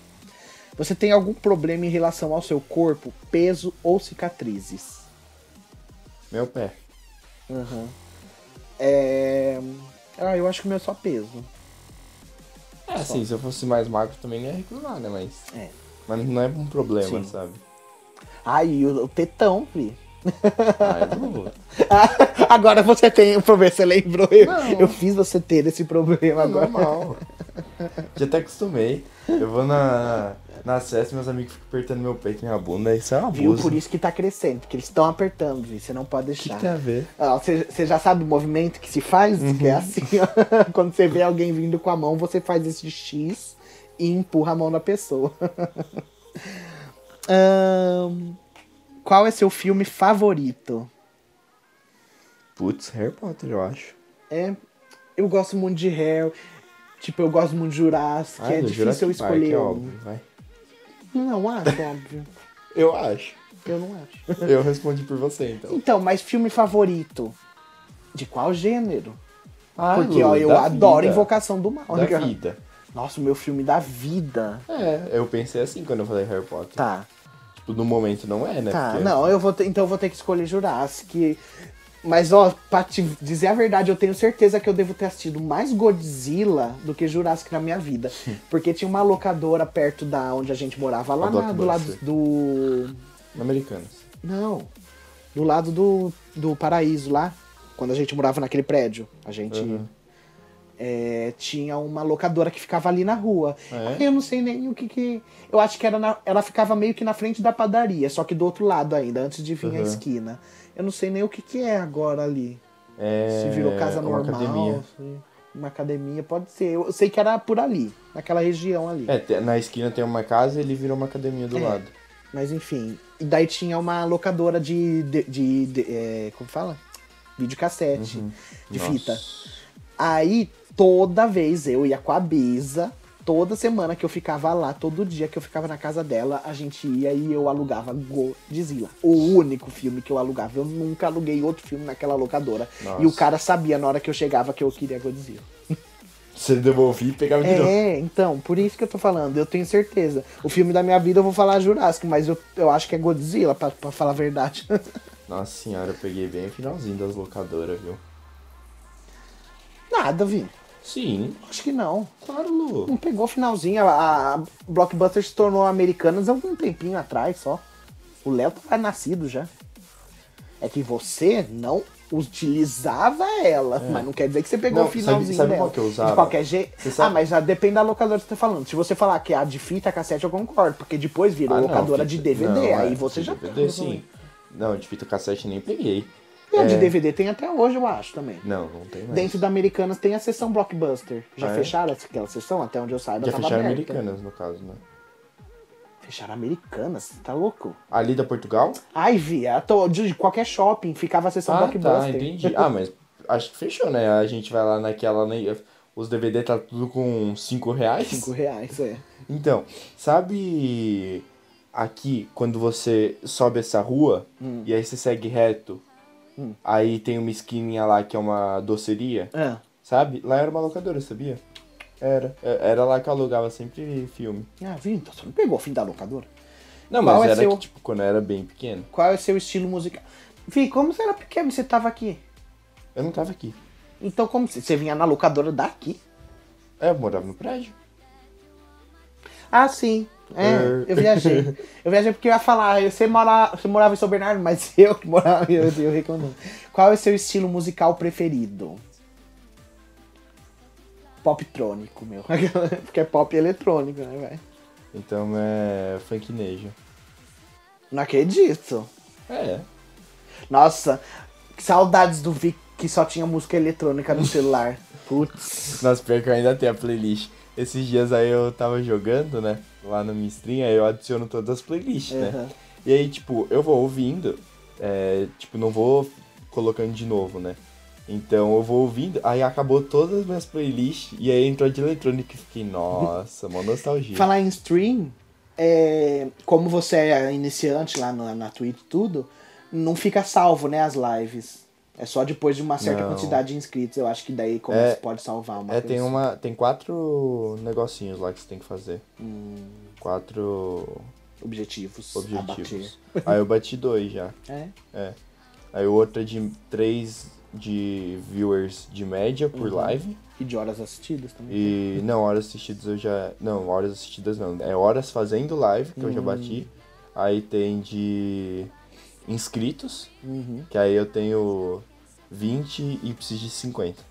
Você tem algum problema em relação ao seu corpo, peso ou cicatrizes? Meu pé. Aham. É... Ah, eu acho que o meu é só peso. É assim, se eu fosse mais magro também ia reclamar, né? Mas, É. mas não é um problema, Sim. sabe? Ah, e o, o tetão, Pri. Ah, é bom. Ah, agora você tem o problema, você lembrou? Eu, Não. eu fiz você ter esse problema É agora. normal. Já até acostumei. Eu vou na, na acesso meus amigos ficam apertando meu peito e minha bunda. Isso é um Viu? abuso. Por isso tá. que tá crescendo, porque eles estão apertando, Vi, você não pode O que, deixar. que é? tem a ver? Ó, Você você já sabe o movimento que se faz? Uhum. Que é assim, ó. Quando você vê alguém vindo com a mão, você faz esse X e empurra a mão da pessoa. Ahn, qual é seu filme favorito? Putz, Harry Potter, eu acho. É, eu gosto muito de Harry. Tipo, eu gosto muito de Jurassic. é Ah, do difícil Jurassic eu Park, escolher é um. óbvio, vai. Não, acho óbvio. Eu acho. Eu não acho. Eu respondi por você, então. Então, mas filme favorito? De qual gênero? Ah, Porque, ó, Lu, eu da adoro vida. Invocação do Mal. Da vida. Nossa, o meu filme da vida. É, eu pensei assim quando eu falei Harry Potter. Tá, Tipo, no momento não é, né? tá. Porque- Não, eu vou ter, então eu vou ter que escolher Jurassic. Mas, ó, pra te dizer a verdade, eu tenho certeza que eu devo ter assistido mais Godzilla do que Jurassic na minha vida. Porque tinha uma locadora perto da onde a gente morava, lá A na- do lado Blockbuster. do. No Americanos. Não. Do lado do, do paraíso lá. Quando a gente morava naquele prédio. A gente. Uhum. é, tinha uma locadora que ficava ali na rua. Ah, Eu não sei nem o que que. Eu acho que era na- ela ficava meio que na frente da padaria, só que do outro lado ainda, antes de vir a Uhum. esquina. Eu não sei nem o que que é agora ali. É, Se virou casa uma normal. academia. se- Uma academia, pode ser. Eu eu sei que era por ali, naquela região ali. É, te- na esquina tem uma casa e ele virou uma academia do É. lado. Mas enfim. E daí tinha uma locadora de. de, de- de- é, como fala? Videocassete. De Uhum. Nossa. fita. Aí, toda vez eu ia com a Bisa, toda semana que eu ficava lá, todo dia que eu ficava na casa dela, a gente ia e eu alugava Godzilla. O único filme que eu alugava. Eu nunca aluguei outro filme naquela locadora. Nossa. E o cara sabia na hora que eu chegava que eu queria Godzilla. Você devolvia e pegava de novo. É, então, por isso que eu tô falando, eu tenho certeza. O filme da minha vida eu vou falar Jurassic, mas eu, eu acho que é Godzilla, pra, pra falar a verdade. Nossa senhora, eu peguei bem o finalzinho das locadoras, viu? Nada, Vim. Sim, Acho que não. claro, Lu. Não pegou o finalzinho. A, a Blockbuster se tornou Americanas há algum tempinho atrás só. O Léo tava nascido já. É que você não utilizava ela, mas não quer dizer que você pegou É. Não, o finalzinho sabe- sabe dela. qual que eu usava? De qualquer jeito. Você Ah, sabe- mas já depende da locadora que você tá falando. Se você falar que é a de fita, cassete, eu concordo, porque depois virou Ah, não, locadora de fita- DVD. não, aí é, você de já DVD, sim. Não, de fita cassete nem peguei. Não, de DVD tem até hoje, eu acho também. Não, É. não tem mais. Dentro da Americanas tem a seção Blockbuster. Já Ah, é? fecharam aquela seção? Até onde eu saiba, Já tava fecharam aberta. é Americanas, no caso, né? Fecharam Americanas? Tá louco? Ali da Portugal? Ai, via, tô, de qualquer shopping ficava a sessão ah, blockbuster. tá, entendi. Ah, mas acho que fechou, né? A gente vai lá naquela... né? Os DVD tá tudo com 5 reais. 5 reais, é. Então, sabe aqui quando você sobe essa rua e aí você segue reto, aí tem uma esquininha lá que é uma doceria, Ah, sabe? Lá era uma locadora, sabia? Era. É- Era lá que eu alugava sempre filme. ah viu? Então você não pegou o fim da locadora. Não, Qual mas é era seu- que, tipo, quando eu era bem pequeno. Qual é o seu estilo musical? Vi, como você era pequeno, você tava aqui? Eu não tava aqui. Então como se- você vinha na locadora daqui? É, Eu morava no prédio. Ah, sim. É. É, eu viajei. Eu viajei porque eu ia falar, você, mora, você morava em São Bernardo, mas eu que morava, eu, eu reclamo. Qual é o seu estilo musical preferido? Pop trônico, meu. Porque é pop eletrônico, né, velho? Então é funk nejo. Não acredito. É. Nossa, que saudades do Vic que só tinha música eletrônica no celular. Putz. Nossa, pior que eu ainda tenho a playlist. Esses dias aí eu tava jogando, né? Lá no minha stream, aí eu adiciono todas as playlists, né? Uhum. E aí, tipo, eu vou ouvindo, é, tipo, não vou colocando de novo, né? Então eu vou ouvindo, aí acabou todas as minhas playlists e aí entrou a de eletrônica e fiquei, nossa, mó nostalgia. Falar em stream, é, como você é iniciante lá na, na Twitch e tudo, não fica salvo, né, as lives. É só depois de uma certa Não. quantidade de inscritos. Eu acho que daí como É- você pode salvar uma É, tem coisa. uma. Tem quatro negocinhos lá que você tem que fazer. Quatro Objetivos, a bater. um objetivos. Aí eu bati dois já. É. É. Aí outra de 3 de viewers de média por Uhum. live. E de horas assistidas também. E não, horas assistidas eu já. Não, horas assistidas não. É horas fazendo live, que eu já bati. Hum. Aí tem de inscritos, Uhum. que aí eu tenho 20 e preciso de 50.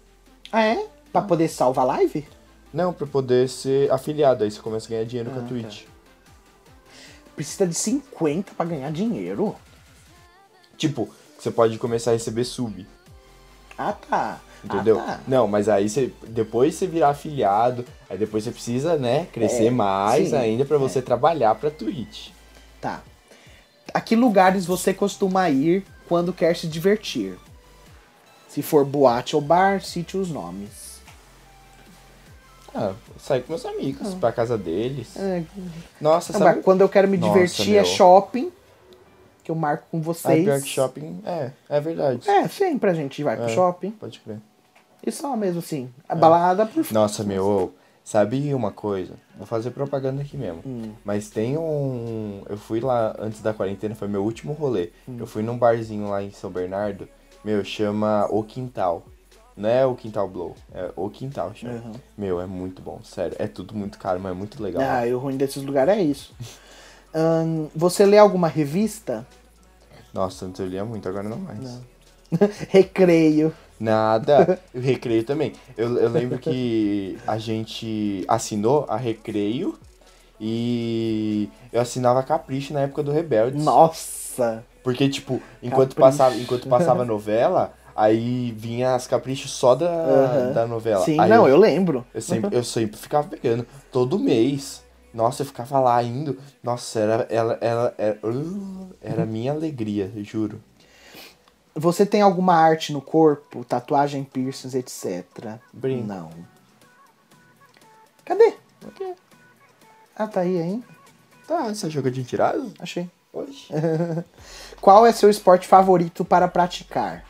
Ah, é? Pra poder salvar a live? Não, pra poder ser afiliado, aí você começa a ganhar dinheiro com Ah, a tá. Twitch. Precisa de 50 pra ganhar dinheiro? Tipo, você pode começar a receber sub. Ah, tá. Entendeu? Ah, tá. Não, mas aí você, depois você virar afiliado, aí depois você precisa, né, crescer É, mais sim, É. ainda pra você trabalhar pra Twitch. Tá. A que lugares você costuma ir quando quer se divertir? Se for boate ou bar, cite os nomes. Ah, sair com meus amigos, pra casa deles. É, Nossa, não, sabe? Ah. mas quando eu quero me Nossa, divertir é meu. shopping, que eu marco com Ah, vocês. pior que shopping, é, é verdade. É, sempre a gente vai pro É. shopping. Pode crer. E só mesmo assim, a balada por Nossa, meu, ô, sabe uma coisa? Vou fazer propaganda aqui mesmo. Hum. Mas tem um. Eu fui lá antes da quarentena, foi meu último rolê. Hum. Eu fui num barzinho lá em São Bernardo, meu, chama O Quintal. Não é o Quintal Blow, é o Quintal chama. Uhum. Meu, é muito bom, sério. É tudo muito caro, mas é muito legal. Ah, e o ruim desses lugares é isso. Ahn, você lê alguma revista? Nossa, antes eu lia muito, agora não mais. Recreio. Nada. O recreio também. Eu, eu lembro que a gente assinou a recreio e eu assinava Capricho na época do Rebeldes. Nossa! Porque, tipo, enquanto Capricho. passava, enquanto passava a novela, aí vinha as caprichos só da, Aham. da novela. Sim, Aí não, eu lembro. eu sempre, eu sempre ficava pegando, todo mês. Nossa, eu ficava lá indo. Nossa, era, ela, ela, era, uh, era a minha alegria, eu juro. Você tem alguma arte no corpo? Tatuagem, piercings, etc. Brinco. Não. Cadê? Ah, tá aí ainda? Tá, essa joga de tirado? Achei. Oxe. Qual é seu esporte favorito para praticar?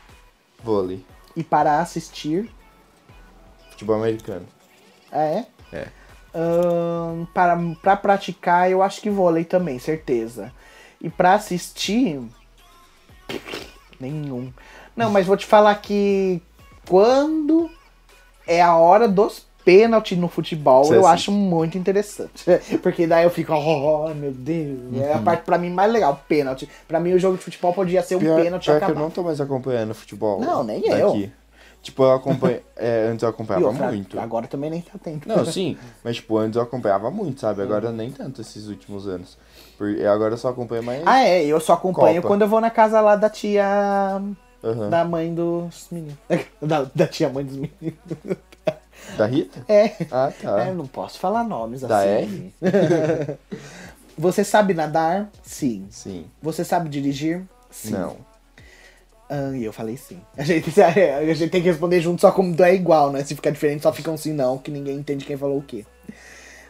Vôlei. E para assistir? Futebol americano. Ah, é? É. Ahn, para, para praticar, eu acho que vôlei também, certeza. E para assistir. Nenhum. Não, mas vou te falar que quando é a hora dos pênaltis no futebol, Você eu assiste. acho muito interessante. Porque daí eu fico, oh meu Deus. É a Uhum. parte pra mim mais legal, pênalti. Pra mim o jogo de futebol podia ser um pênalti e pior que acabar. eu não tô mais acompanhando futebol. Não, nem Tipo, eu acompanho. é, antes eu E acompanhava outra, muito. Agora também nem tá tendo. Não, sim, mas tipo, antes eu acompanhava muito, sabe? Agora nem tanto esses últimos anos. Porque agora eu só acompanho mais. Ah, é, eu só acompanho Copa. quando eu vou na casa lá da tia. Aham. Da mãe dos meninos. Da, da tia mãe dos meninos. Da Rita? É. Ah, tá. É, eu não posso falar nomes Da assim. Você sabe nadar? Sim. Sim. Você sabe dirigir? Sim. Não. Ah, e eu falei sim. A gente, a gente tem que responder junto só como é igual, né? Se ficar diferente, só fica um sim não, que ninguém entende quem falou o quê.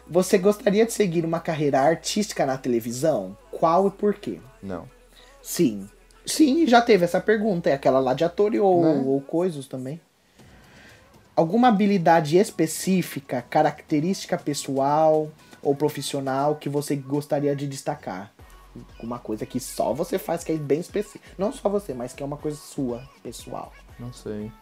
Você gostaria de seguir uma carreira artística na televisão? Qual e por quê? Não. Sim. Sim, já teve essa pergunta. É aquela lá de ator e ou, Né? ou coisas também. Alguma habilidade específica, característica pessoal ou profissional que você gostaria de destacar? Alguma coisa que só você faz, que é bem específica. Não só você, mas que é uma coisa sua, pessoal. Não sei.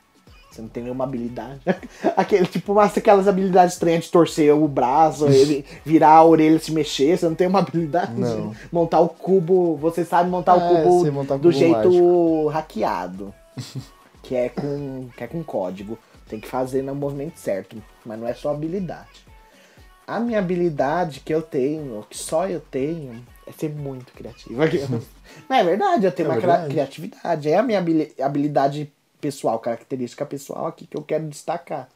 Você não tem nenhuma habilidade. Aquele, tipo, umas, aquelas habilidades estranhas de torcer o braço, ele virar a orelha se mexer. Você não tem uma habilidade. Não. Montar o cubo. Você sabe montar o É, cubo sei montar do cubo jeito mágico. hackeado. Que é, com, que é com código. Tem que fazer no movimento certo. Mas não é só habilidade. A minha habilidade que eu tenho, que só eu tenho, é ser muito criativa. Não é verdade, eu tenho É uma cra- verdade. criatividade. É a minha habili- habilidade pessoal, característica pessoal aqui que eu quero destacar.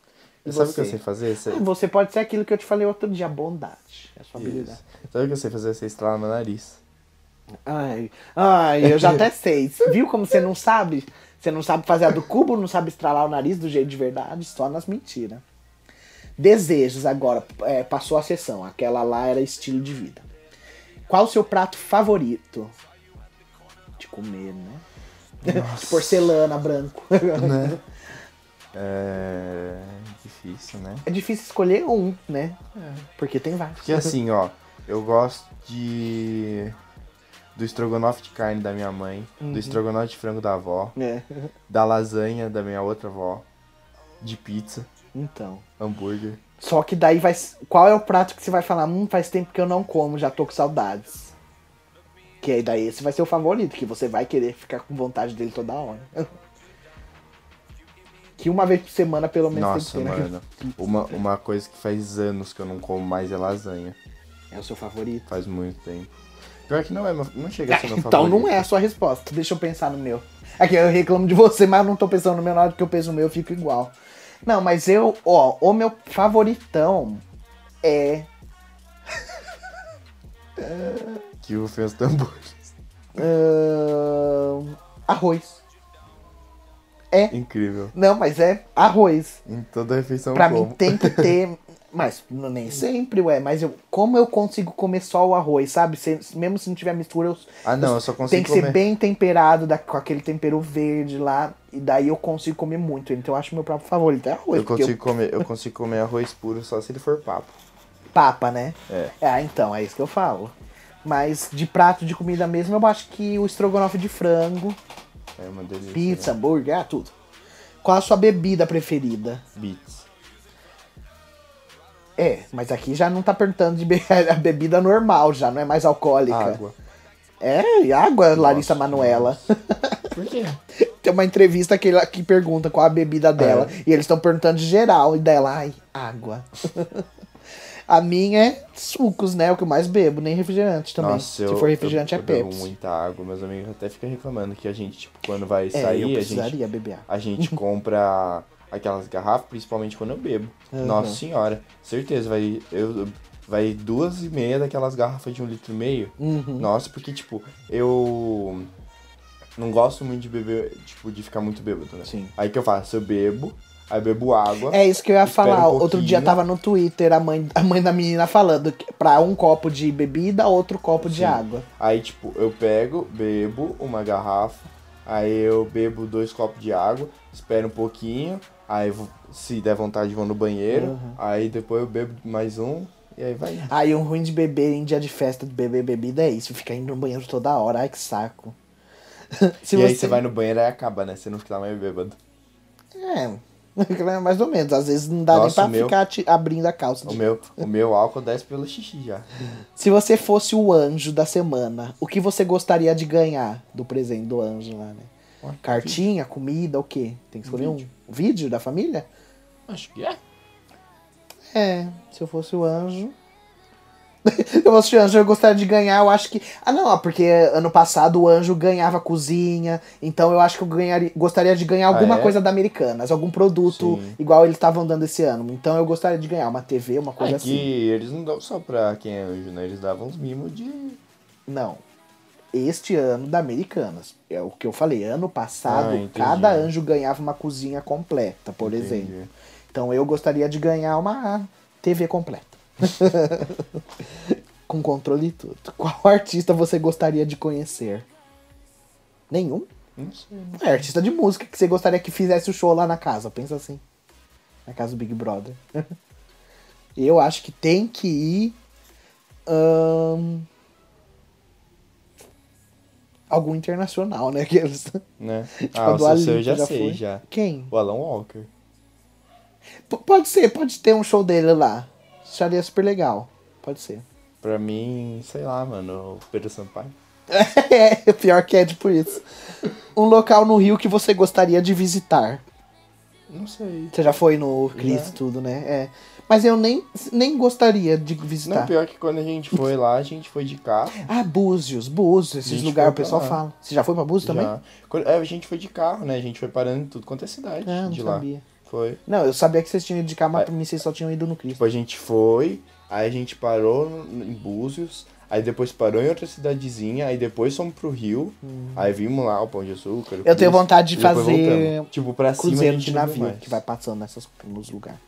E Sabe o que você? eu sei fazer? Sei. Ah, Você pode ser aquilo que eu te falei outro dia, bondade. É a sua habilidade. Isso. Sabe o que eu sei fazer? Você estralar meu nariz. Ai, ai, eu já até sei. Viu como você não sabe? Você não sabe fazer a do cubo, não sabe estralar o nariz do jeito de verdade, só nas mentiras. Desejos agora, é, passou a sessão. Aquela lá era estilo de vida. Qual o seu prato favorito? De comer, né? De porcelana, branco. Né? É. Difícil, né? É difícil escolher um, né? Porque tem vários. Porque assim, ó, eu gosto de. Do estrogonofe de carne da minha mãe, Uhum. do estrogonofe de frango da avó, É. da lasanha da minha outra avó, de pizza, Então. hambúrguer. Só que daí vai. Qual é o prato que você vai falar? Hum, faz tempo que eu não como, já tô com saudades. Que aí daí esse vai ser o favorito, que você vai querer ficar com vontade dele toda hora. Que uma vez por semana, pelo menos, Nossa, tem que ter, né? mano. Uma, uma coisa que faz anos que eu não como mais é lasanha. É o seu favorito. Faz muito tempo. Pior que não é, meu- não chega a ser meu então não favorito. é a sua resposta. Deixa eu pensar no meu. Aqui, eu reclamo de você, mas eu não tô pensando no meu, na hora que eu penso no meu, eu fico igual. Não, mas eu, ó, o meu favoritão é Que o fez tambores. ahn, arroz. É. Incrível. Não, mas é arroz. Em toda refeição eu Pra como. mim tem que ter. Mas n- nem sempre, ué. Mas eu, como eu consigo comer só o arroz, sabe? Se- mesmo se não tiver mistura, eu. Ah, não, eu só consigo Tem que comer. ser bem temperado da- com aquele tempero verde lá. E daí eu consigo comer muito. Então eu acho meu próprio favorito. É arroz. Eu porque consigo, comer, eu consigo comer arroz puro só se ele for papo. Papa, né? É. Ah, então, é isso que eu falo. Mas de prato de comida mesmo, eu acho que o estrogonofe de frango, É uma delícia. pizza, hambúrguer, ah, tudo. Qual a sua bebida preferida? né? Beats. É, mas aqui já não tá perguntando de be a bebida normal, já não é mais Ah, alcoólica. Água. É, e água, Larissa Nossa, Manuela. Por quê? tem uma entrevista que, ele, que pergunta qual a É. bebida dela. E eles estão perguntando de geral. E dela, ai, água. a minha é sucos, né? O que eu mais bebo, nem refrigerante também. Nossa, Se eu, for refrigerante eu, é eu bebo Pepsi. muita água. Meus amigos até ficam reclamando que a gente, tipo, quando vai É, eu sair, a gente, precisaria beber água. a gente compra aquelas garrafas, principalmente quando eu bebo. Aham. Nossa senhora, certeza, vai, eu, vai duas e meia daquelas garrafas de um litro e meio. Uhum. Nossa, porque, tipo, eu não gosto muito de beber, tipo, de ficar muito bêbado, né? Sim. Aí o que eu faço? Eu bebo, aí bebo água. É isso que eu ia Espera falar. um Outro dia pouquinho. tava no Twitter a mãe, a mãe da menina falando que pra um copo de bebida, outro copo de Sim. água. Aí, tipo, eu pego, bebo uma garrafa, aí eu bebo dois copos de água, espero um pouquinho, aí vou- se der vontade vou no banheiro, aí depois eu bebo mais um, e aí vai. indo. Aí um ruim de beber em dia de festa de beber bebida é isso, ficar indo no banheiro toda hora, ai que saco. Se e aí você vai no banheiro e acaba, né? Você não fica mais bêbado. É, mais ou menos. Às vezes não dá Nossa, o nem pra meu- ficar te- abrindo a calça. O meu, o meu álcool desce pelo xixi já. Se você fosse o anjo da semana, o que você gostaria de ganhar do presente do anjo lá, né? Ué, Cartinha, comida, o quê? Tem que escolher um. Vídeo, da família? Acho que é. É, se eu fosse o anjo. se eu fosse o anjo, eu gostaria de ganhar, eu acho que. Ah, não, ah, porque ano passado o anjo ganhava cozinha, então eu acho que eu ganharia, gostaria de ganhar alguma Ah, é? coisa da Americanas, algum produto Sim. igual eles estavam dando esse ano. Então eu gostaria de ganhar uma TV, uma coisa É que assim. eles não dão só pra quem é anjo, né? Eles davam uns mimos de. Não. Este ano da Americanas. É o que eu falei. Ano passado, Ah, entendi. cada anjo ganhava uma cozinha completa, por Entendi. exemplo. Então eu gostaria de ganhar uma TV completa. Com controle e tudo. Qual artista você gostaria de conhecer? Nenhum? Não sei. né? É artista de música que você gostaria que fizesse o show lá na casa. Pensa assim. Na casa do Big Brother. Eu acho que tem que ir. ahn, algum internacional, né? Aqueles, tipo, Né? ah, a o Dua seu, seu eu Lipa já, sei, foi. já. Quem? O Alan Walker. P- pode ser, pode ter um show dele lá. Seria super legal. Pode ser. Pra mim, sei lá, mano, o Pedro Sampaio. É, pior que é tipo isso. Um local no Rio que você gostaria de visitar. Não sei. Você já foi no Cristo e Já. tudo, né? É. Mas eu nem, nem gostaria de Não, visitar. pior que quando a gente foi lá, a gente foi de carro. Ah, Búzios, Búzios, esses Gente, lugares o foi pra pessoal lá. fala. Você já foi pra Búzios também? Já. Quando- é, a gente foi de carro, né? A gente foi parando em tudo quanto é cidade Ah, não de lá. sabia. Foi. Não, eu sabia que vocês tinham ido de cá, mas É. pra mim vocês só tinham ido no Cristo. Tipo, a gente foi, aí a gente parou no- em Búzios, aí depois parou em outra cidadezinha, aí depois fomos pro Rio, aí vimos lá o Pão de Açúcar. o Uhum. Eu tenho Cristo, vontade de e depois fazer voltamos. Tipo, pra cima a Cruzeiro gente de não viu navio mais. que vai passando nessas, nos lugares.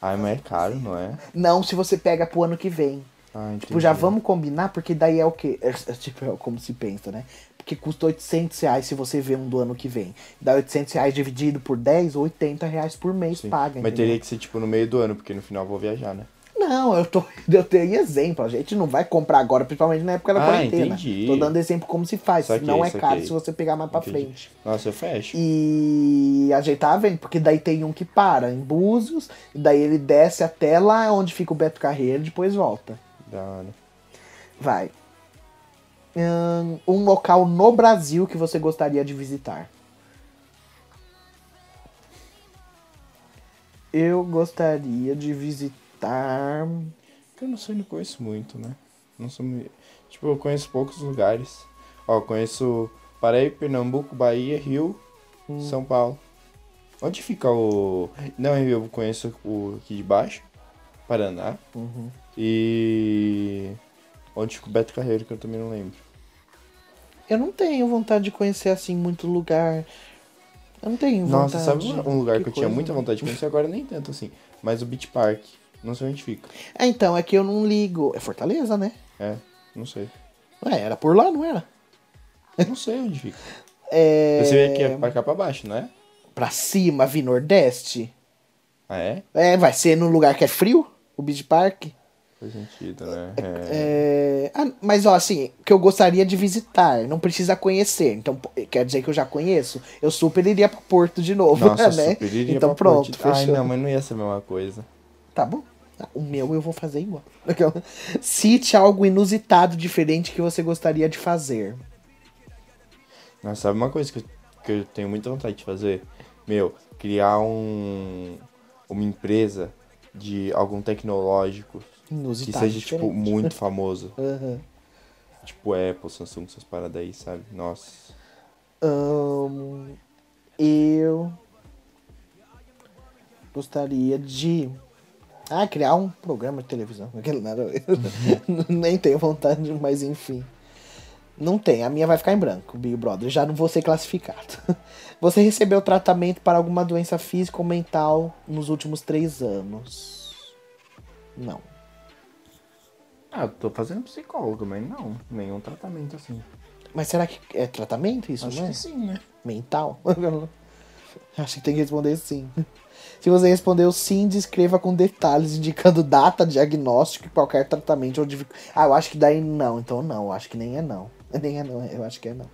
Ai, mas é caro, não é? Não, se você pega pro ano que vem. Ah, Tipo, já entendi. vamos combinar, porque daí é o quê? É, é, tipo, é como se pensa, né? Porque custa 800 reais se você vê um do ano que vem. Dá 800 reais dividido por 10, 80 reais por mês Sim. paga. Mas entendeu? teria que ser, tipo, no meio do ano, porque no final eu vou viajar, né? Não, eu tô. Eu dei exemplo. A gente não vai comprar agora, principalmente na época da Ah, quarentena. entendi. Tô dando exemplo como se faz. Saquei, não é caro saquei. se você pegar mais pra Entendi. frente. Nossa, eu fecho. E a gente tá vendo, porque daí tem um que para em Búzios, e daí ele desce até lá onde fica o Beto Carreiro e depois volta. Da hora. Vai. Hum, Um local no Brasil que você gostaria de visitar. Eu gostaria de visitar. Porque eu não sei, não conheço muito, né? Não sou mui- Tipo, eu conheço poucos lugares. Ó, eu conheço Paraí, Pernambuco, Bahia, Rio, Hum. São Paulo. Onde fica o. Não, eu conheço o aqui de baixo, Paraná. Uhum. E. Onde fica o Beto Carreiro, que eu também não lembro. Eu não tenho vontade de conhecer assim muito lugar. Eu não tenho Nossa, vontade. sabe um lugar que, eu tinha coisa. muita vontade de conhecer? Agora nem tanto assim. Mas o Beach Park. Não sei onde fica. É, então, é que eu não ligo. É Fortaleza, né? É, não sei. Ué, era por lá, não era? Não sei onde fica. É. Você vê que é pra cá pra baixo, não é? Pra cima, vi Nordeste. Ah, é? É, vai ser num lugar que é frio, o Beach Park. Faz sentido, né? É. É, ah, mas ó, assim, que eu gostaria de visitar, não precisa conhecer. Então, pô, quer dizer que eu já conheço? Eu super iria pra Porto de novo, Nossa, né? super iria então pra pronto, Porto. Ai, fechou. não, mas não ia ser a mesma coisa. Tá bom. Ah, O meu eu vou fazer igual. Aquela- Cite algo inusitado, diferente que você gostaria de fazer. Mas sabe uma coisa que eu, que eu tenho muita vontade de fazer, meu, criar um uma empresa de algum tecnológico que Inusitado. seja, tipo, diferente. muito famoso. Aham. Tipo Apple, Samsung, essas paradas aí, sabe? Nossa. Ahn, eu gostaria de ah, criar um programa de televisão. Aquele nada. Nem tenho vontade, mas enfim. Não tem, a minha vai ficar em branco, Big Brother. Já não vou ser classificado. Você recebeu tratamento para alguma doença física ou mental nos últimos três anos? Não. Ah, eu tô fazendo psicólogo, mas não. Nenhum tratamento assim. Mas será que é tratamento isso, não é? sim, né? mental? Acho que tem que responder sim. Se você respondeu sim, descreva com detalhes, indicando data, diagnóstico e qualquer tratamento. ou dific- Ah, eu acho que daí não, então não, eu acho que nem é não. Nem é não, eu acho que é não.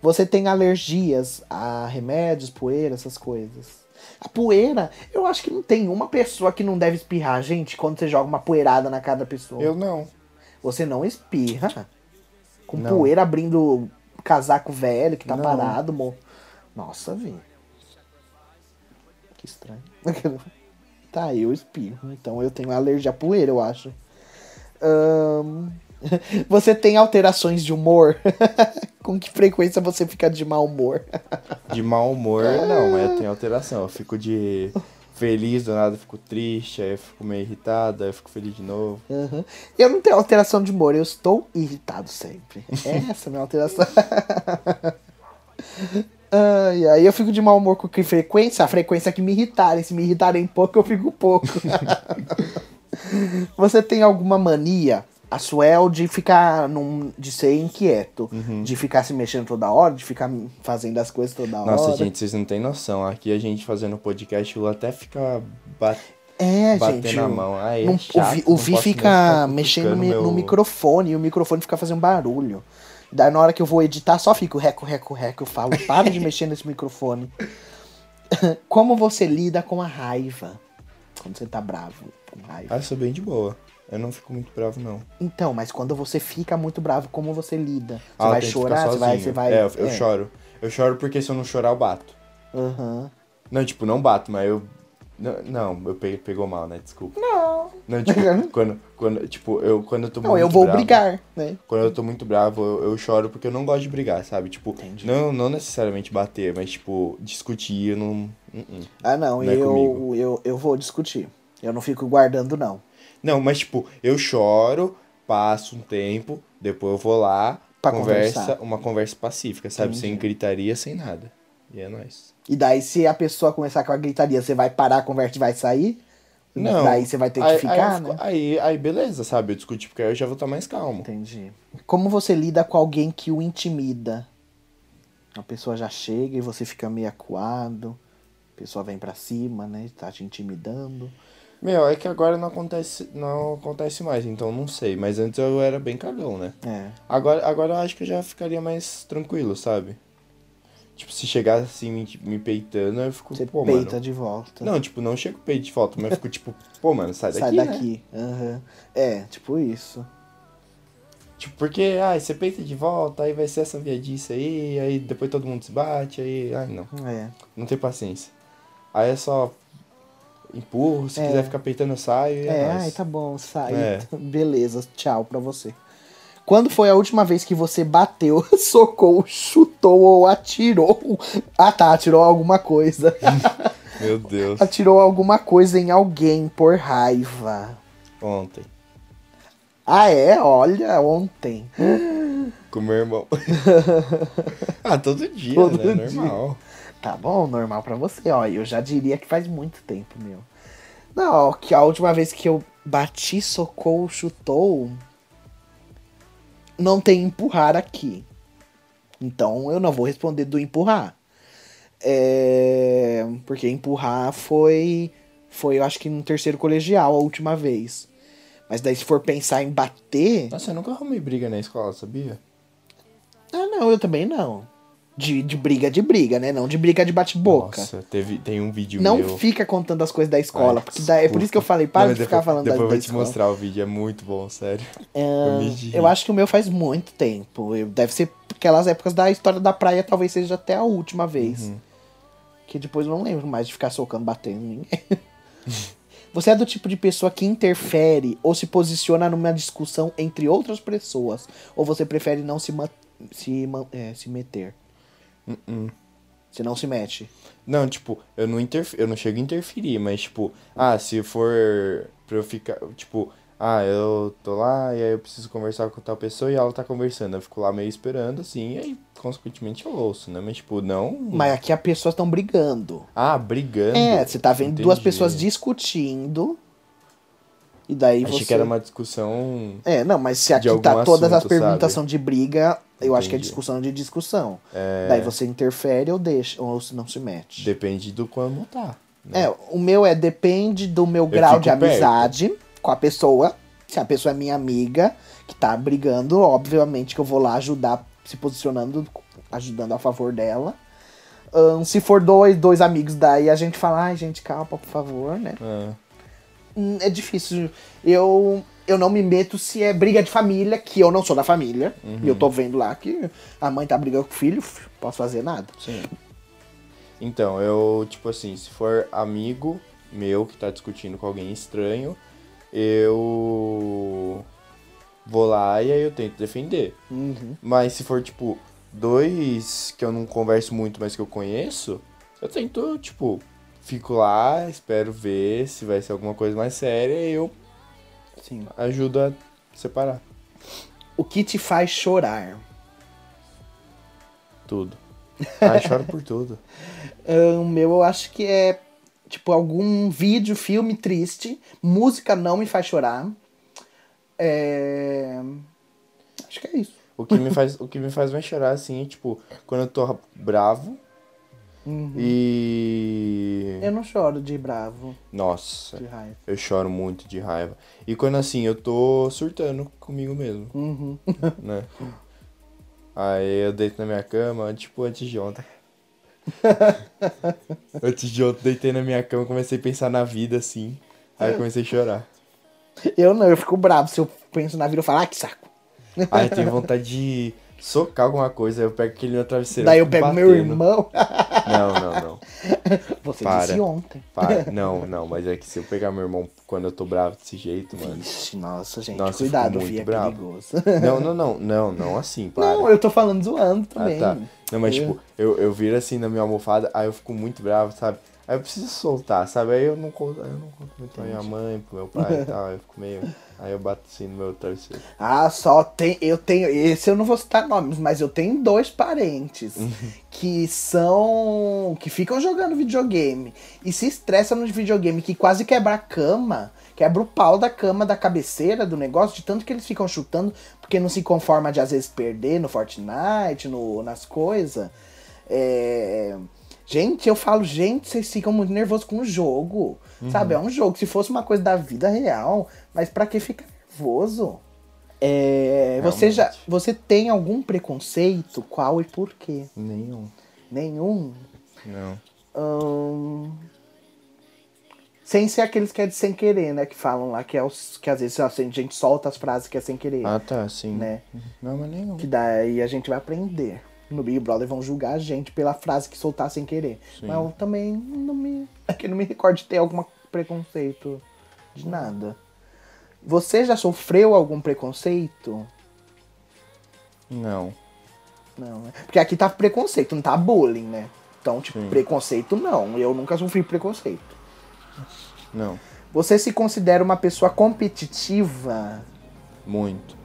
Você tem alergias a remédios, poeira, essas coisas. A poeira, eu acho que não tem uma pessoa que não deve espirrar, gente, quando você joga uma poeirada na cara da pessoa. Eu não. Você não espirra. Com Não. poeira abrindo o casaco velho que tá Não. parado, mo... Nossa, velho. Que estranho. tá, eu espirro. Então eu tenho alergia à poeira, eu acho. Ahn, Você tem alterações de humor? com que frequência você fica de mau humor? De mau humor, não, mas eu tenho alteração. Eu fico de feliz do nada, eu fico triste, aí eu fico meio irritado, aí eu fico feliz de novo. Aham. Eu não tenho alteração de humor, eu estou irritado sempre. Essa é a minha alteração. Ai, ai, eu fico de mau humor com que frequência? A frequência que me irritarem. Se me irritarem pouco, eu fico pouco. Você tem alguma mania, a Suel, de ficar num, de ser inquieto, de ficar se mexendo toda hora, de ficar fazendo as coisas toda hora. Nossa, gente, vocês não têm noção. Aqui a gente fazendo podcast, o Lula até fica ba- É, batendo gente. a o- mão. Ai, é Não- o chato, Vi, não o Vi posso nem fica ficar mexendo cutucando mi- no meu- microfone e o microfone fica fazendo barulho. Daí na hora que eu vou editar, só fica o reco, reco, reco. Eu falo, para de mexer nesse microfone. Como você lida com a raiva? Quando você tá bravo com raiva. Ah, eu sou bem de boa. Eu não fico muito bravo, não. Então, mas quando você fica muito bravo, como você lida? Você Ah, vai eu tenho que ficar chorar? Você vai, sozinho. você vai. É, eu, eu choro. Eu choro porque se eu não chorar, eu bato. Aham. Não, tipo, não bato, mas eu. Não, não, eu peguei, pegou mal, né? Desculpa. Não. Não, tipo, quando, quando, tipo, eu, quando eu tô Não, eu muito vou bravo- brigar, né? Quando eu tô muito bravo, eu, eu choro porque eu não gosto de brigar, sabe? Tipo, Entendi. não, não necessariamente bater, mas, tipo, discutir, eu não. uh-uh. Ah, não, Não é eu, comigo. eu, eu vou discutir. Eu não fico guardando, não. Não, mas, tipo, eu choro, passo um tempo, depois eu vou lá, Pra conversa, conversar. uma conversa pacífica, sabe? Entendi. Sem gritaria, sem nada. E é nóis. E daí, se a pessoa começar com a gritaria, você vai parar a conversa e vai sair? Não. Daí você vai ter que Aí- aí ficar, eu fico- Ah, né? Aí, aí beleza, sabe? Eu discuti porque aí eu já vou estar mais calmo. Entendi. Como você lida com alguém que o intimida? A pessoa já chega e você fica meio acuado. A pessoa vem pra cima, né? Tá te intimidando. Meu, é que agora não acontece, não acontece mais, então não sei. Mas antes eu era bem cagão, né? É. Agora, agora eu acho que eu já ficaria mais tranquilo, sabe? Tipo, se chegar assim me, me peitando, eu fico, Você pô, peita mano. de volta. Não, tipo, não chego peito de volta, mas eu fico tipo, pô, mano, sai daqui. Sai né? daqui. Aham. É, tipo isso. Tipo, porque, ai, você peita de volta, aí vai ser essa viadice aí, aí depois todo mundo se bate, aí. Ai, não. É. Não tem paciência. Aí é só empurro, se É. quiser ficar peitando, eu saio e é, É, nóis. ai, tá bom, sai. É. Beleza, tchau pra você. Quando foi a última vez que você bateu, socou, chutou ou atirou? Ah tá, atirou alguma coisa. Meu Deus. atirou alguma coisa em alguém por raiva. Ontem. Ah é? Olha, ontem. Com meu irmão. ah, todo dia, Todo né? dia. Normal. Tá bom, normal pra você. Ó, eu já diria que faz muito tempo, meu. Não, que a última vez que eu bati, socou, chutou. Não tem empurrar aqui. Então eu não vou responder do empurrar. É, Porque empurrar foi. Foi, eu acho que no terceiro colegial a última vez. Mas daí, se for pensar em bater. Nossa, eu nunca arrumei briga na escola, sabia? Ah, não, eu também não. De, de briga de briga, né? Não de briga de bate-boca. Nossa, teve, tem um vídeo Não meu. fica contando as coisas da escola, Ai, porque daí, é por isso que eu falei, para Não, de depois- ficar falando Depois da, eu da vou te escola. mostrar o vídeo, é muito bom, sério. É, Eu me ri. eu acho que o meu faz muito tempo. Eu, deve ser aquelas épocas da história da praia talvez seja até a última vez. Uhum. Que depois eu não lembro mais de ficar socando, batendo em ninguém. Você é do tipo de pessoa que interfere ou se posiciona numa discussão entre outras pessoas? Ou você prefere não se, ma- se, ma- é, se meter? Uh-uh. Você não se mete. Não, tipo, eu não interf... eu não chego a interferir, mas tipo, ah, se for pra eu ficar, tipo, ah, eu tô lá e aí eu preciso conversar com tal pessoa e ela tá conversando, eu fico lá meio esperando assim, e aí consequentemente eu ouço, né? Mas tipo, não, Mas aqui as pessoas estão brigando. ah, brigando. É, você tá vendo duas Entendi. pessoas discutindo. E daí Achei você. que era uma discussão, É, não, mas se aqui algum tá todas as assunto, perguntas sabe? são de briga, eu acho que é Entendi. É. discussão de discussão. Daí você interfere ou deixa, ou se não se mete. depende do como tá. né? É, o meu é depende do meu grau fico de amizade com a pessoa. Se a pessoa é minha amiga, que tá brigando, obviamente que eu vou lá ajudar, se posicionando, ajudando a favor dela. Ahn, se for dois, dois amigos, daí a gente fala, ai gente, calma, por favor, né? Ah, Hum, É difícil. Eu, eu não me meto se é briga de família, que eu não sou da família. E eu Uhum. tô vendo lá que a mãe tá brigando com o filho, posso fazer nada. sim. Então, eu, tipo assim, se for amigo meu que tá discutindo com alguém estranho, eu vou lá e aí eu tento defender. Uhum. Mas se for, tipo, dois que eu não converso muito, mas que eu conheço, eu tento, tipo, fico lá, espero ver se vai ser alguma coisa mais séria e eu Sim. ajudo a separar O que te faz chorar? tudo. Ah, choro por tudo. O meu eu acho que é tipo algum vídeo, filme triste. Música não me faz chorar. É... Acho que é isso. O que me faz, o que me faz mais chorar, assim, é, tipo, quando eu tô bravo Uhum. e... Eu não choro de bravo, Nossa, de raiva. eu choro muito de raiva. E quando, assim, eu tô surtando comigo mesmo, Uhum. né? Aí eu deito na minha cama, tipo, antes de ontem. antes de ontem, deitei na minha cama, comecei a pensar na vida, assim. Aí eu comecei a chorar. Eu não, eu fico bravo. Se eu penso na vida, eu falo, ah, que saco. Aí eu tenho vontade de socar alguma coisa, aí eu pego aquele meu travesseiro. Daí eu fico pego meu batendo. irmão. Não, não, não. Você Para. disse ontem. Para. Não, não, mas é que se eu pegar meu irmão quando eu tô bravo desse jeito, mano. Ixi, nossa, gente, Nossa, eu fico cuidado, muito Vi, é bravo. perigoso. Não, não, não, não, não assim, para. Não, eu tô falando zoando ah, também. tá. Não, mas Eu- tipo, eu, eu viro assim na minha almofada, aí eu fico muito bravo, sabe? Aí eu preciso soltar, sabe? Aí eu não conto, aí eu não conto muito pra minha mãe, pro meu pai e tal, aí eu fico meio. Aí eu bato assim no meu travesseiro. Ah, só tem. Eu tenho. Esse eu não vou citar nomes, mas eu tenho dois parentes Uhum. que são. que ficam jogando videogame e se estressam no videogame, que quase quebra a cama, quebra o pau da cama, da cabeceira do negócio, de tanto que eles ficam chutando, porque não se conforma de às vezes perder no Fortnite, no, nas coisas. É. Gente, eu falo, gente, vocês ficam muito nervosos com o jogo. Uhum. Sabe? É um jogo. Se fosse uma coisa da vida real, mas pra que ficar nervoso? É, você Realmente. já você tem algum preconceito? Qual e por quê? Nenhum. Nenhum? Não. Ahn, Sem ser aqueles que é de sem querer, né? Que falam lá que, é os, que às vezes assim, a gente solta as frases que é sem querer, Ah, tá, sim. né? Não, mas nenhum. Que daí a gente vai aprender. No Big Brother vão julgar a gente pela frase que soltar sem querer. Sim. Mas eu também não me. É que eu não me recordo de ter algum preconceito de nada. Você já sofreu algum preconceito? Não. Não, né? Porque aqui tá preconceito, não tá bullying, né? Então, tipo, Sim. preconceito não. Eu nunca sofri preconceito. Não. Você se considera uma pessoa competitiva? Muito.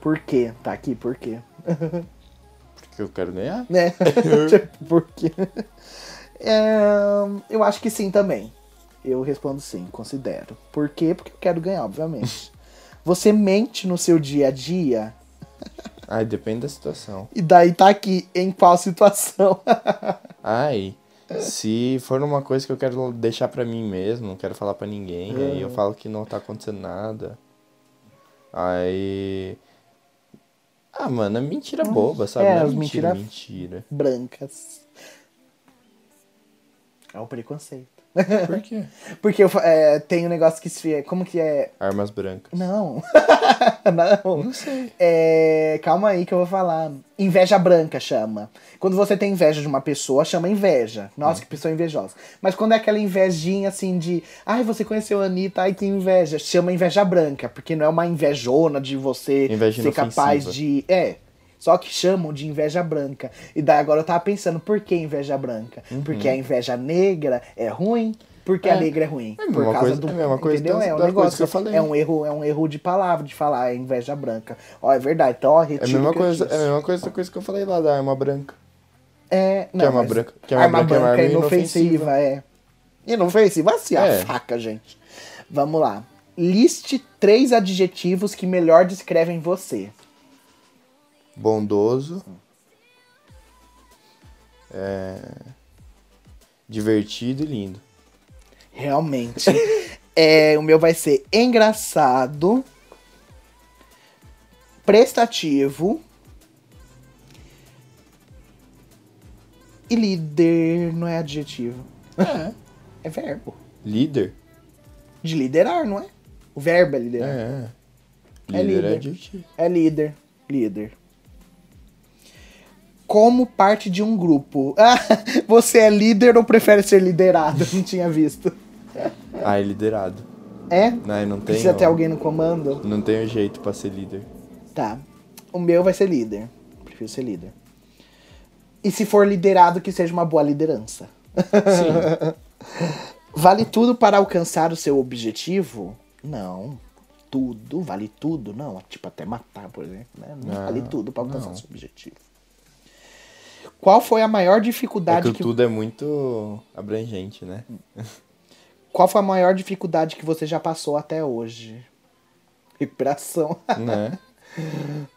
Por quê? Tá aqui, por quê? Porque eu quero ganhar. né? tipo, porque. é, eu acho que sim também. Eu respondo sim, considero. Por quê? Porque eu quero ganhar, obviamente. Você mente no seu dia a dia? Ai, depende da situação. E daí tá aqui, em qual situação? Ai, É. se for uma coisa que eu quero deixar pra mim mesmo, não quero falar pra ninguém, aí É. eu falo que não tá acontecendo nada. Aí. Ah, mano, é mentira boba, sabe? é, não é as mentira- mentira, mentira. Brancas. É o preconceito. Por quê? Porque eu, fa- é, tem um negócio que se. Como que é? Armas brancas. Não. não. Não sei. calma aí que eu vou falar. Inveja branca chama. Quando você tem inveja de uma pessoa, chama inveja. Nossa, que pessoa invejosa. Mas quando é aquela invejinha assim de. Ai, você conheceu a Anitta, ai que inveja. Chama inveja branca. Porque não é uma invejona de você Inveja ser capaz inofensiva. de. É. Só que chamam de inveja branca. E daí agora eu tava pensando, por que inveja branca? Porque a inveja negra é ruim? Porque a Uhum. É. negra é ruim. É a mesma por causa coisa- do. é a mesma coisa entendeu? das- é um das negócio. coisas que eu falei. É um erro, é um erro de palavra de falar, é inveja branca. Ó, é verdade. Então, ó, É a retiro o mesma que eu coisa, disse. é a mesma coisa, coisa que eu falei lá da arma branca. É, não, arma mas branca- que arma branca é uma arma inofensiva, é. Inofensiva assim, É. a faca, gente. Vamos lá. Liste três adjetivos que melhor descrevem você. Bondoso. É, Divertido e lindo. Realmente. é, o meu vai ser engraçado, prestativo e líder não é adjetivo. É. É verbo. Líder? De liderar, não é? O verbo é É. liderar. é. É Líder é líder. divertido. É, líder. Líder. Como parte de um grupo. Ah, você é líder ou prefere ser liderado? Não tinha visto. Ah, é liderado. É? Né, Não, não tem. Precisa ter ó, alguém no comando? Não tem um jeito pra ser líder. É Tá. O meu vai ser líder. Prefiro ser líder. E se for liderado, que seja uma boa liderança. vale tudo para alcançar o seu objetivo? Não. Tudo, vale tudo? Não. Tipo, até matar, por exemplo. Né? Não, Não, vale tudo para alcançar não. o seu objetivo. Qual foi a maior É dificuldade que o que, tudo é muito abrangente, né? Qual foi a maior dificuldade que você já passou até hoje? Recuperação. né?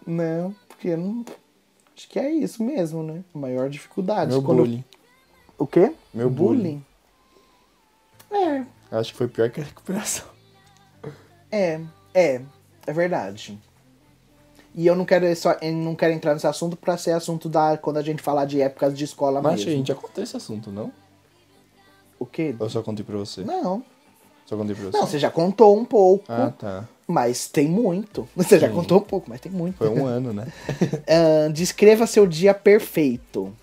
Não, porque eu não. Acho que é isso mesmo, né? A maior dificuldade. Meu Quando- bullying. O quê? Meu É, Acho que foi pior que a recuperação. é, é. É verdade. E eu não quero, só, eu não quero entrar nesse assunto pra ser assunto da quando a gente falar de épocas de escola Mas mesmo. a gente já contou esse assunto, não? O quê? Ou só contei pra você? Não. Só contei pra você. Não, você já contou um pouco, Ah, tá. mas tem muito. Você já Sim. contou um pouco, mas tem muito. Foi um ano, né? Ahn, descreva seu dia perfeito.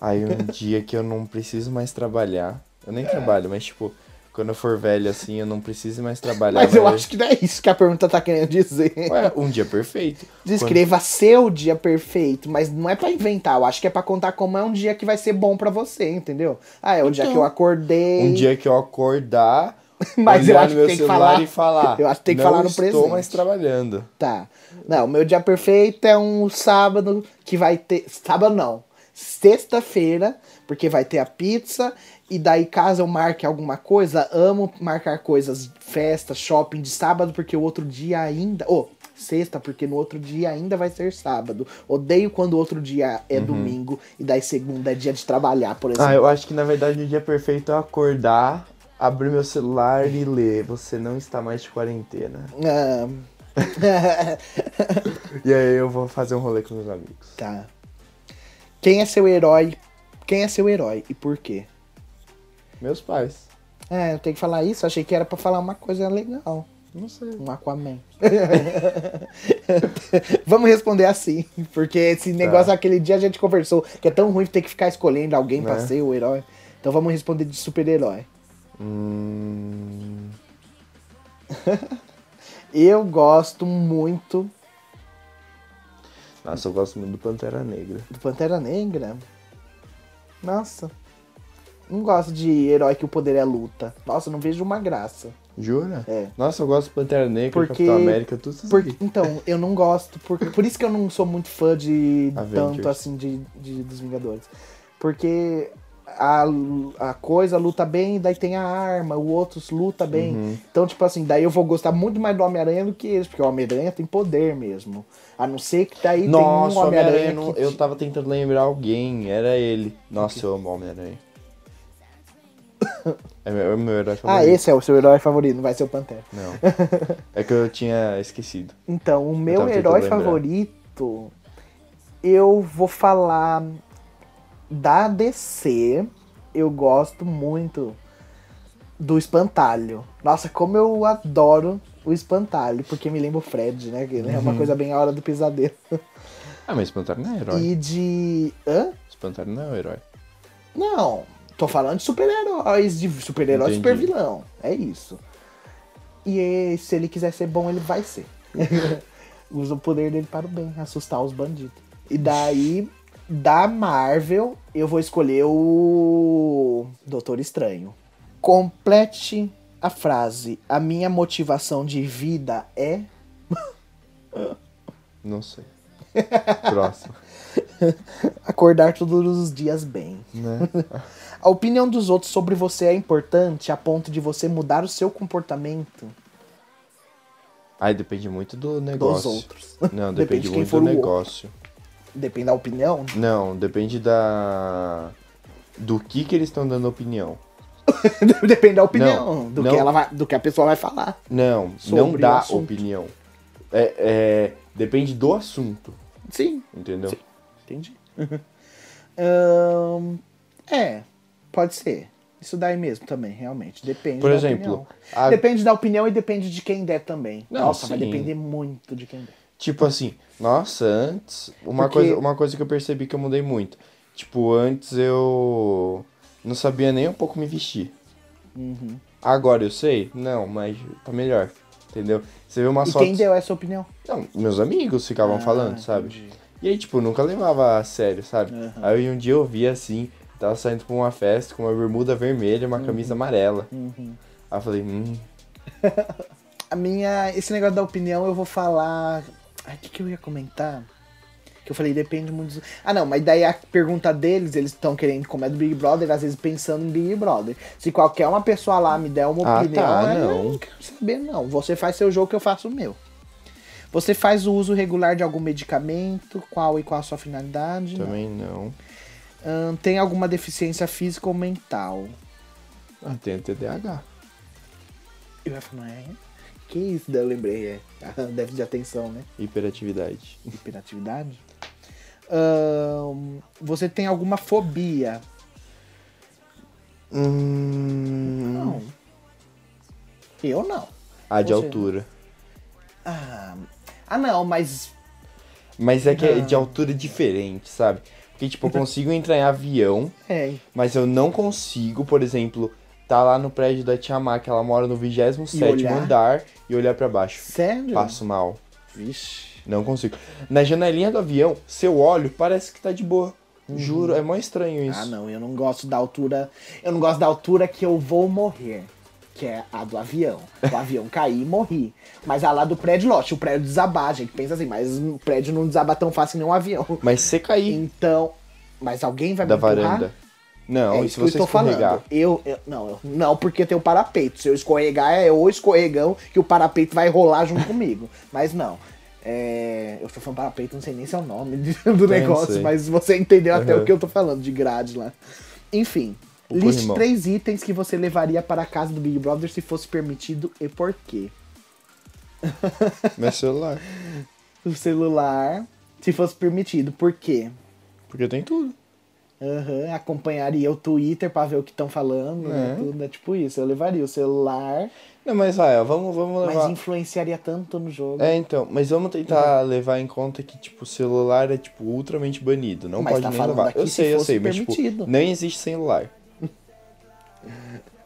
Aí um dia que eu não preciso mais trabalhar. Eu nem trabalho, mas tipo, quando eu for velho assim, eu não preciso mais trabalhar. Mas eu acho que não é isso que a pergunta tá querendo dizer. Ué, um dia perfeito. Descreva seu dia perfeito, mas não é pra inventar, eu acho que é pra contar como é um dia que vai ser bom pra você, entendeu? Ah, é o dia que eu acordei. Quando- um dia que eu acordar, Mas eu olhar acho no que meu tem que celular falar- e falar. eu acho que tem que "Não falar no estou presente." mais trabalhando. Tá. Não, meu dia perfeito é um sábado que vai ter. Sábado não. Sexta-feira, porque vai ter a pizza. E daí, caso eu marque alguma coisa, amo marcar coisas, festa, shopping de sábado, porque o outro dia ainda. Ô, sexta, porque no outro dia ainda vai ser sábado. Odeio quando o outro dia é domingo e daí segunda é dia de trabalhar, por exemplo. Ah, eu acho que na verdade o dia perfeito é eu acordar, abrir meu celular e ler. Você não está mais de quarentena. Ah, E aí eu vou fazer um rolê com meus amigos. tá. Quem é seu herói? Quem é seu herói e por quê? Meus pais. É, eu tenho que falar isso. Achei que era pra falar uma coisa legal. Não sei. Um Aquaman. Vamos responder assim. Porque esse negócio, aquele dia a gente conversou, que é tão ruim ter que ficar escolhendo alguém pra Né? ser o herói. Então vamos responder de super-herói. Hum. Eu gosto muito Nossa, eu gosto muito do Pantera Negra. do Pantera Negra. Nossa. Não gosto de herói que o poder é luta. Nossa, eu não vejo uma graça. Jura? É. Nossa, eu gosto do Pantera Negra, Porque- Capitão América, tudo isso Por- aqui. então, eu não gosto. Por, por isso que eu não sou muito fã de Avengers. tanto assim de, de- dos Vingadores. Porque a, a coisa luta bem, daí tem a arma, o outro luta bem. Uhum. Então, tipo assim, daí eu vou gostar muito mais do Homem-Aranha do que eles, porque o Homem-Aranha tem poder mesmo. A não ser que daí Nossa, tem o um Homem-Aranha, Homem-Aranha. eu não- que eu te- tava tentando lembrar alguém, era ele. Nossa, eu amo o Homem-Aranha. É meu, é meu herói Ah, favorito. esse é o seu herói favorito, não vai ser o Pantera. Não. É que eu tinha esquecido. Então, o meu tava tentando herói lembrar. favorito, eu vou falar da DC. Eu gosto muito do espantalho. Nossa, como eu adoro o espantalho, porque me lembra o Fred, né? Que É uma coisa bem a hora do pesadelo. Ah, mas espantalho não é herói. E de. Hã? Espantalho não é um herói. Não, tô falando de super-heróis, de super-herói e Entendi. super-vilão. É isso. E eh, se ele quiser ser bom, ele vai ser. Usa o poder dele para o bem, assustar os bandidos. E daí, da Marvel, eu vou escolher o Doutor Estranho. Complete a frase. A minha motivação de vida é. Não sei. Próximo. Acordar todos os dias bem. Né? A opinião dos outros sobre você é importante a ponto de você mudar o seu comportamento Aí depende muito do negócio. outros. Depende Não, depende, de quem muito for do o outro. negócio. Depende da opinião? Não, depende da. Do que que eles estão dando opinião. Depende da opinião. Não, do, não. Que ela vai, do que a pessoa vai falar. Não, não Sobre o dá assunto. opinião. É, é, depende do assunto, Sim. entendeu? Entendi. Ahn, é, pode ser. Isso daí mesmo também, realmente. Depende Por da exemplo, opinião. É, a- Depende da opinião e depende de quem der também. Não, Nossa, vai sim. depender muito de quem der. Tipo assim, nossa, antes. Uma, Porque- coisa, uma coisa que eu percebi que eu mudei muito. Tipo, antes eu não sabia nem um pouco me vestir. Uhum. Agora eu sei? Não, mas tá melhor. Entendeu? Você vê umas E fotos. quem deu essa opinião? Não, meus amigos ficavam Ah, falando, sabe? entendi. E aí, tipo, eu nunca levava a sério, sabe? Aham. Aí um dia eu vi assim, tava saindo pra uma festa com uma bermuda vermelha e Uhum. uma camisa amarela. Aí eu falei, hum, A minha. Esse negócio da opinião eu vou falar. Ai, o que, que eu ia comentar? Que eu falei, depende muito. dos- Ah, não, mas daí a pergunta deles, eles estão querendo como é do Big Brother, às vezes pensando em Big Brother. Se qualquer uma pessoa lá me der uma Ah, opinião, tá, eu não. não quero saber, não. Você faz seu jogo que eu faço o meu. Você faz o uso regular de algum medicamento, qual e qual a sua finalidade? Não. também não. Ahn, tem alguma deficiência física ou mental? Ah, tem o TDAH. Eu ia falar, é? Que isso? Daí eu lembrei, é. Deve de atenção, né? Hiperatividade. Hiperatividade? Ahn, você tem alguma fobia? Hum. Não. Eu não. Ah, de Ou seja, altura. Ah, ah não, mas. Mas é que Ah. é de altura diferente, sabe? Porque, tipo, eu consigo entrar em avião, É. mas eu não consigo, por exemplo, tá lá no prédio da Tia Má, que ela mora no 27 E olhar? andar, e olhar pra baixo. Sério? Passo mal. Vixe. Não consigo. Na janelinha do avião, se eu olho, parece que tá de boa. Juro, é mó estranho isso. Hum. Ah não, eu não gosto da altura. Eu não gosto da altura que eu vou morrer. Que é a do avião. O avião cair e morri. Mas a lá do prédio, lógico, se o prédio desabar, gente. Pensa assim, mas o prédio não desaba tão fácil nem um avião. Mas se cair Então. Mas alguém vai da me empurrar? varanda. Não, é Então, e se isso que eu você estou falando. escorregar? Eu, eu- não, eu- não, porque tem o parapeito. Se eu escorregar, é o escorregão que o parapeito vai rolar junto comigo. Mas não. É, eu tô falando parapeito, não sei nem se é o nome do negócio, sei. mas você entendeu até Aham. o que eu tô falando de grade lá. Enfim, O liste corrimão. três itens que você levaria para a casa do Big Brother se fosse permitido e por quê. Meu celular. O celular, se fosse permitido, por quê? Porque tem tudo. Aham, acompanharia o Twitter pra ver o que estão falando, né? É. Tudo, é tipo isso. Eu levaria o celular, Não, mas Rael, vamos, vamos levar. mas influenciaria tanto no jogo. É, então, mas vamos tentar Uhum. levar em conta que, tipo, celular é, tipo, ultramente banido. Não Mas pode tá nem falando levar. aqui Eu se sei, eu fosse sei, mas, tipo, permitido. nem existe celular.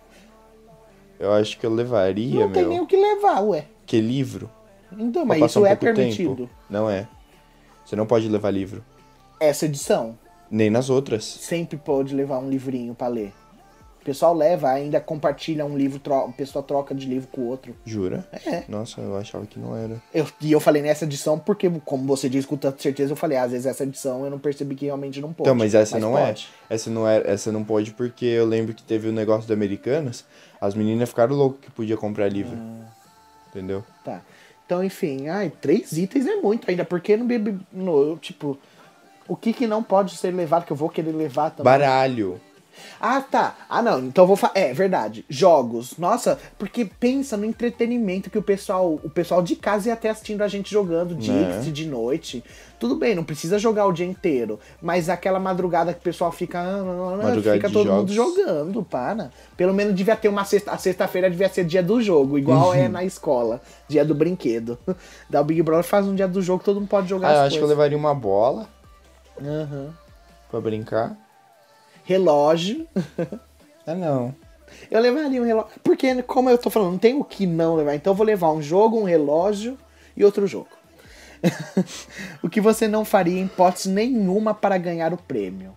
eu acho que eu levaria, não tem meu. nem o que levar, ué. Que livro? Então, Pra mas passar isso um é pouco permitido. Tempo. Não é. Você não pode levar livro. Essa edição Nem nas outras. sempre pode levar um livrinho pra ler. O pessoal leva, ainda compartilha um livro, tro... o pessoal troca de livro com o outro. Jura? É. Nossa, eu achava que não era. Eu, e eu falei nessa edição porque, como você diz com tanta certeza, eu falei, ah, às vezes essa edição eu não percebi que realmente não pode. Então, mas essa não pode. é. Essa não é, essa não pode porque eu lembro que teve o negócio da Americanas, as meninas ficaram loucas que podia comprar livro. Entendeu? Tá. Então, enfim, ai, três itens é muito ainda, porque no Baby. No, eu, tipo, o que que não pode ser levado, que eu vou querer levar também? Baralho. Ah, tá. Ah, não. Então eu vou falar. É verdade. Jogos. Nossa, porque pensa no entretenimento que o pessoal, o pessoal de casa ia até assistindo a gente jogando de, Né? de noite. Tudo bem, não precisa jogar o dia inteiro. Mas aquela madrugada que o pessoal fica. ah, ah, ah, Madrugada Fica de todo mundo jogos. jogando, para. Pelo menos devia ter uma sexta. A sexta-feira devia ser dia do jogo, igual Uhum. é na escola. Dia do brinquedo. Da Big Brother faz um dia do jogo, todo mundo pode jogar Ah, eu as acho que eu coisas. levaria uma bola Aham. pra brincar. Relógio. Ah, não. Eu levaria um relógio. Porque, como eu tô falando, não tem o que não levar. Então eu vou levar um jogo, um relógio e outro jogo. o que você não faria em hipótese nenhuma para ganhar o prêmio.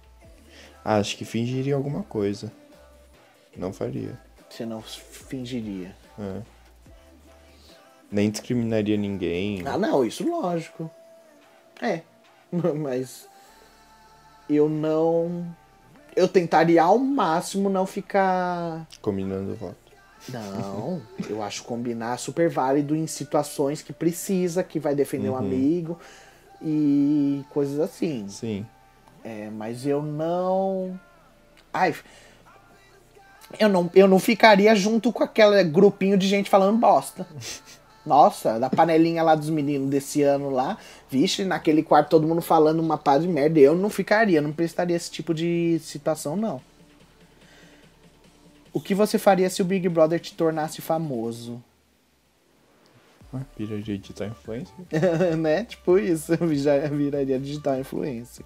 Ah, acho que fingiria alguma coisa. Não faria. Você não fingiria. É. Nem discriminaria ninguém. Ah, não, isso lógico. É. Mas eu não. Eu tentaria ao máximo não ficar. Combinando voto. Não, eu acho combinar super válido em situações que precisa, que vai defender um amigo e coisas assim. Sim. É, mas eu não. Ai. Eu não, eu não ficaria junto com aquele grupinho de gente falando bosta. Nossa, da panelinha lá dos meninos desse ano lá. Vixe, naquele quarto todo mundo falando uma pá de merda. Eu não ficaria, não prestaria esse tipo de situação, não. O que você faria se o Big Brother te tornasse famoso? Ah, piraria digital influencer. né? Tipo isso, já viraria digital influencer.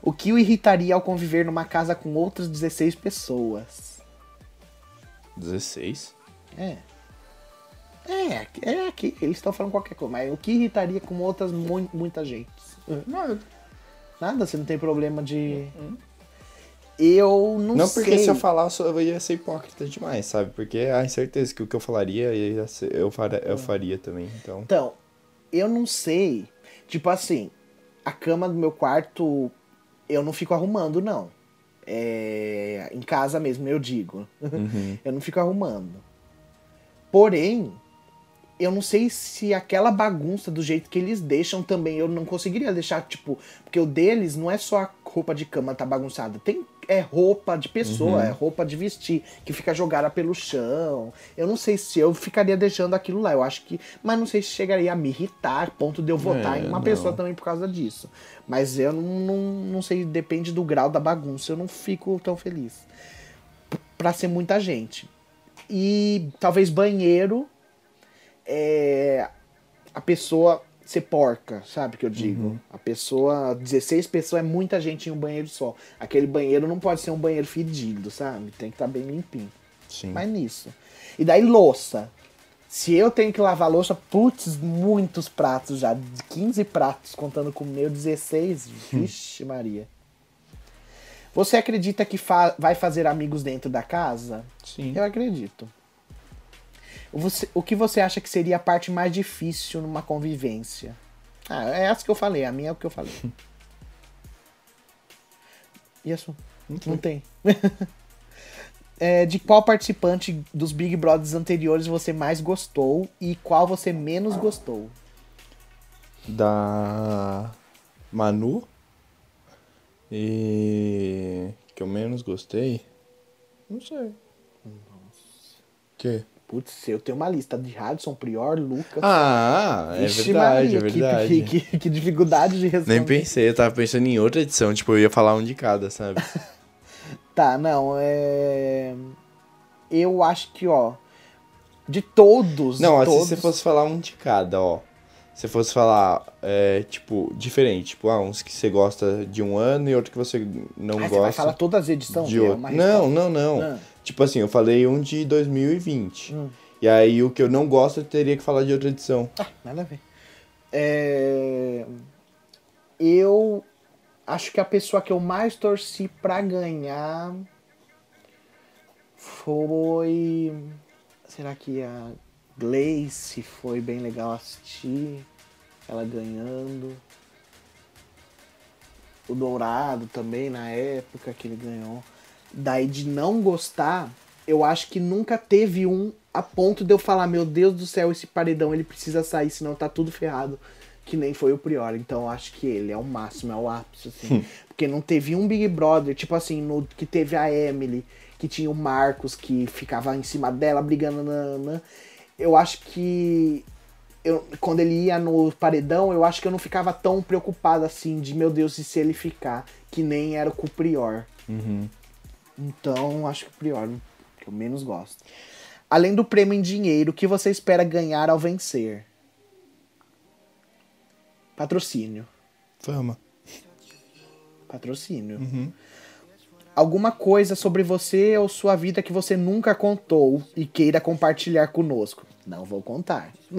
O que o irritaria ao conviver numa casa com outras 16 pessoas? 16. É. É, aqui- é aqui, eles estão falando qualquer coisa, mas o que irritaria com outras mu- muita gente? É. Não, Nada, você não tem problema de. Eu não, Uhum. Não, sei. porque se eu falar, eu, sou- eu ia ser hipócrita demais, sabe? Porque a incerteza que o que eu falaria, ia ser- eu, faria, É. eu faria também. Então, Então, eu não sei. Tipo assim, a cama do meu quarto eu não fico arrumando, não. É, em casa mesmo, eu digo. eu não fico arrumando. Porém, eu não sei se aquela bagunça do jeito que eles deixam também eu não conseguiria deixar, tipo, porque o deles não é só a roupa de cama tá bagunçada, tem é roupa de Uhum. pessoa, é roupa de vestir que fica jogada pelo chão. Eu não sei se eu ficaria deixando aquilo lá. Eu acho que, mas não sei se chegaria a me irritar, a ponto de eu votar É, em uma não. pessoa também por causa disso. Mas eu não, não, não sei, depende do grau da bagunça, eu não fico tão feliz. P- Pra ser muita gente. E talvez banheiro, é, a pessoa ser porca, sabe o que eu digo? A pessoa, 16 pessoas é muita gente em um banheiro só. Aquele banheiro não pode ser um banheiro fedido, sabe? Tem que estar bem limpinho. sim. Mas nisso. E daí louça. Se eu tenho que lavar louça, putz, muitos pratos já. 15 pratos, contando com o meu 16. Vixe, Maria. Você acredita que fa- vai fazer amigos dentro da casa? Sim. Eu acredito. Você- o que você acha que seria a parte mais difícil numa convivência? Ah, é essa que eu falei, a minha é o que eu falei. E a sua? Não tem. É, de qual participante dos Big Brothers anteriores você mais gostou e qual você menos gostou? Da Manu. E. Que eu menos gostei. Não sei. Nossa. Que? Putz, eu tenho uma lista de Radisson, Prior, Lucas. Ah, é Vixe verdade, Maria, é que- verdade. Que, que- que dificuldade de responder. Nem pensei, eu tava pensando em outra edição, tipo, eu ia falar um de cada, sabe? Tá, não, é. Eu acho que, ó. De todos. Não, assim, todos, se você fosse falar um de cada, ó. Se fosse falar, é, tipo, diferente. Tipo, ah, uns que você gosta de um ano e outro que você não Ah, você vai gosta falar todas as edições? de né? outro. Uma não, resposta. não, não. Ah. Hum. Tipo assim, eu falei um de 2020. E aí o que eu não gosto eu teria que falar de outra edição. Ah, Nada a ver. É, Eu acho que a pessoa que eu mais torci pra ganhar foi. Será que a Glace foi bem legal assistir? Ela ganhando. O Dourado também, na época que ele ganhou. Daí de não gostar, eu acho que nunca teve um a ponto de eu falar: Meu Deus do céu, esse paredão ele precisa sair, senão tá tudo ferrado. que nem foi o Prior. Então acho que ele é o máximo, é o ápice, assim. Porque não teve um Big Brother, tipo assim, no que teve a Emily, que tinha o Marcos, que ficava em cima dela brigando. Nanana. Eu acho que. Eu, quando ele ia no paredão, eu acho que eu não ficava tão preocupado assim, de meu Deus, e se ele ficar? Que nem era com o Prior. Uhum. Então, acho que o Prior, que eu menos gosto. Além do prêmio em dinheiro, o que você espera ganhar ao vencer? Patrocínio. Fama. Patrocínio. Uhum. Alguma coisa sobre você ou sua vida que você nunca contou e queira compartilhar conosco? Não vou contar.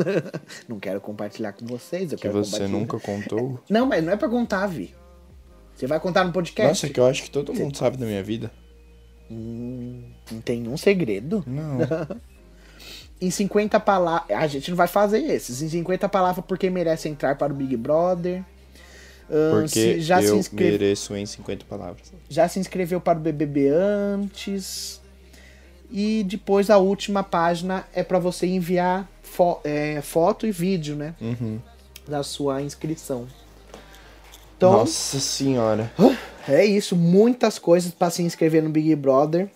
não quero compartilhar com vocês. Eu Que quero você compartilhar. nunca contou. Não, mas não é pra contar, Vi. Você vai contar no podcast? Nossa, que eu acho que todo mundo sabe da minha vida. Hum, não tem um segredo. Não. Em 50 palavras. A gente não vai fazer esses. Em 50 palavras, porque merece entrar para o Big Brother. Ahn, Porque Ah, se- já, eu se inscreve- mereço em 50 palavras. já se inscreveu para o BBB antes. E depois a última página é para você enviar fo- é, foto e vídeo, né? Uhum. Da sua inscrição. Então, Nossa senhora. É isso, muitas coisas pra se inscrever no Big Brother.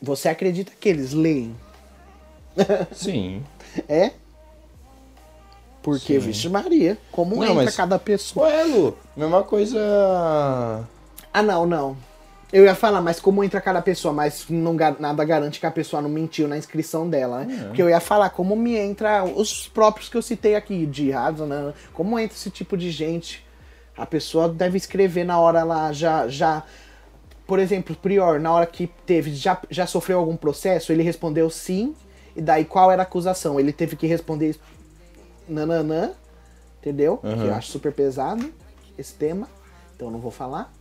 Você acredita que eles leem? Sim. É? Porque, Sim. vixe Maria, como Não, entra mas- cada pessoa? Ué, Lu, mesma coisa. Ah, não, não. Eu ia falar, mas como entra cada pessoa, mas não, ga- nada garante que a pessoa não mentiu na inscrição dela, né? Porque eu ia falar como me entra os próprios que eu citei aqui, de Razan, né? como entra esse tipo de gente. A pessoa deve escrever na hora lá, já. já por exemplo, Prior, na hora que teve, já, já sofreu algum processo, ele respondeu sim, e daí qual era a acusação? Ele teve que responder isso. nananã, entendeu? Que eu Aham. acho super pesado esse tema, então eu não vou falar.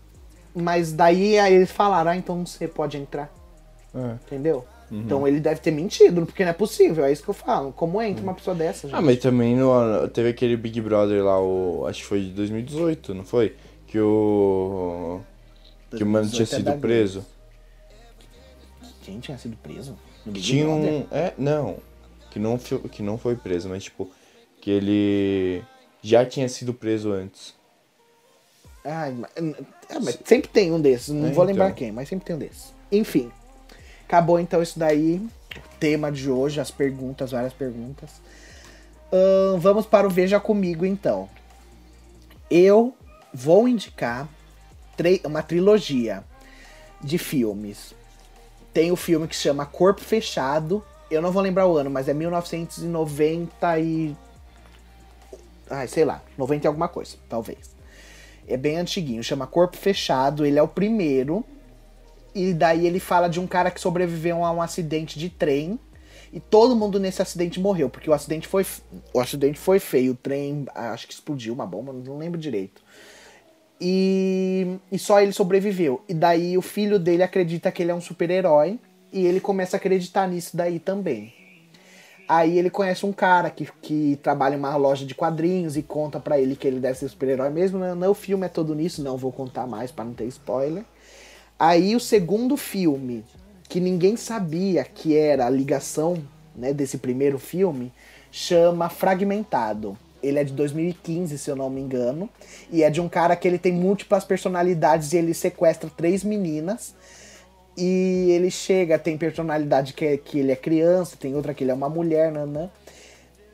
Mas daí aí eles falaram, ah, então você pode entrar, É. entendeu? Então ele deve ter mentido, porque não é possível, é isso que eu falo. Como entra uma pessoa dessa, gente? Ah, mas também no- teve aquele Big Brother lá, o, acho que foi de 2018, não foi? Que o. Que o mano tinha 2018 é da sido preso. Quem tinha sido preso? No Big Tinha Brother? um. É, não. Que não, fi- que não foi preso, mas tipo. Que ele já tinha sido preso antes. Ai, mas- é, mas sempre tem um desses. Não É, vou lembrar então. quem, mas sempre tem um desses. Enfim. Acabou então isso daí. O tema de hoje, as perguntas, várias perguntas. Ahn, vamos para o Veja Comigo, então. Eu vou indicar tre- uma trilogia de filmes. Tem o filme que chama Corpo Fechado. Eu não vou lembrar o ano, mas é 1990 e... Ai, sei lá. 90 e alguma coisa, talvez. É bem antiguinho. Chama Corpo Fechado. Ele é o primeiro. E daí ele fala de um cara que sobreviveu a um acidente de trem. E todo mundo nesse acidente morreu, porque o acidente foi, o acidente foi feio. O trem, ah, acho que explodiu uma bomba, não lembro direito. E, e só ele sobreviveu. E daí o filho dele acredita que ele é um super-herói. E ele começa a acreditar nisso daí também. Aí ele conhece um cara que, que trabalha em uma loja de quadrinhos e conta pra ele que ele deve ser super-herói mesmo. Não, não, o filme é todo nisso, não vou contar mais pra não ter spoiler. Aí o segundo filme, que ninguém sabia que era a ligação né, desse primeiro filme, chama Fragmentado. Ele é de 2015, se eu não me engano, e é de um cara que ele tem múltiplas personalidades e ele sequestra três meninas. E ele chega, tem personalidade que, é- que ele é criança, tem outra que ele é uma mulher, nanã.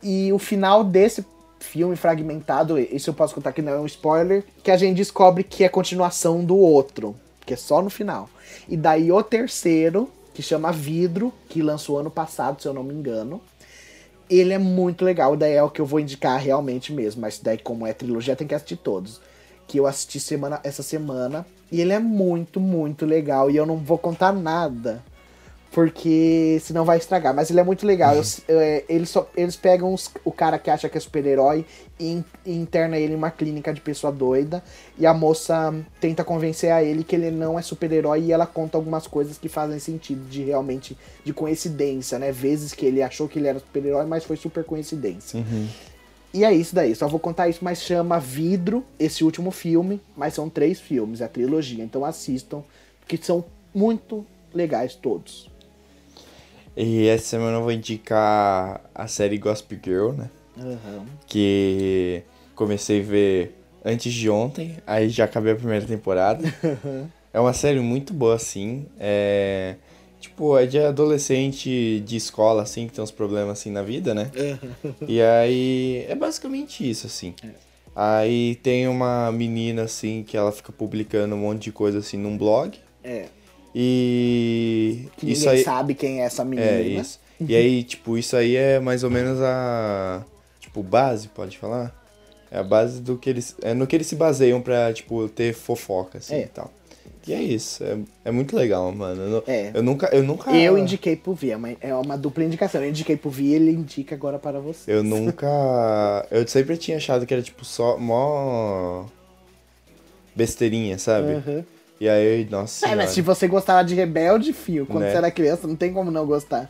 E o final desse filme fragmentado, isso eu posso contar que não é um spoiler, que a gente descobre que é continuação do outro, que é só no final. E daí o terceiro, que chama Vidro, que lançou ano passado, se eu não me engano. Ele é muito legal, daí é o que eu vou indicar realmente mesmo, mas daí como é trilogia tem que assistir todos. Que eu assisti semana, essa semana, e ele é muito, muito legal, e eu não vou contar nada porque senão vai estragar. Mas ele é muito legal. Eu- eu- é, eles, só- eles pegam os- o cara que acha que é super-herói e, in- e interna ele em uma clínica de pessoa doida. E a moça tenta convencer a ele que ele não é super-herói e ela conta algumas coisas que fazem sentido de realmente de coincidência, né? Vezes que ele achou que ele era super-herói, mas foi super coincidência. E é isso daí, só vou contar isso, mas chama Vidro, esse último filme, mas são três filmes, a trilogia, então assistam, que são muito legais todos. E essa semana eu vou indicar a série Gossip Girl, né? Aham. Que comecei a ver antes de ontem, aí já acabei a primeira temporada. é uma série muito boa, assim. É. Tipo, é de adolescente de escola, assim, que tem uns problemas assim na vida, né? É. e aí. É basicamente isso, assim. Aí tem uma menina, assim, que ela fica publicando um monte de coisa, assim, num blog. É. E. Que ninguém sabe quem é essa menina. É isso. E aí, tipo, isso aí é mais ou menos a. Tipo, base, pode falar? É a base do que eles. É no que eles se baseiam pra, tipo, ter fofoca, assim É. e tal. E é isso. É, é muito legal, mano. Eu, nu- É. eu nunca. Eu nunca. Eu indiquei pro Vi, é uma, é uma dupla indicação. Eu indiquei pro Vi e ele indica agora para você. Eu nunca. Eu sempre tinha achado que era, tipo, só. Mó. Besteirinha, sabe? Uhum. E aí, nossa. É, mas senhora. se você gostava de Rebelde, fio, quando Né? você era criança, não tem como não gostar.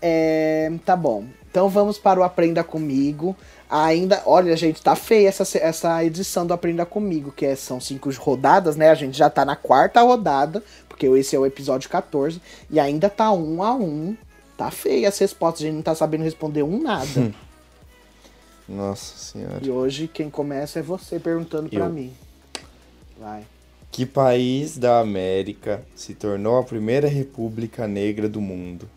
É, tá bom. Então vamos para o Aprenda Comigo. Ainda, olha, gente, tá feia essa, se- essa edição do Aprenda Comigo, que é- são cinco rodadas, né? A gente já tá na quarta rodada, porque esse é o episódio 14, e ainda tá um a um. Tá feia as respostas, a gente não tá sabendo responder um nada. tipo- Nossa senhora. e hoje quem começa é você perguntando pra Eu. mim. Vai. Que país da América se tornou a primeira república negra do mundo?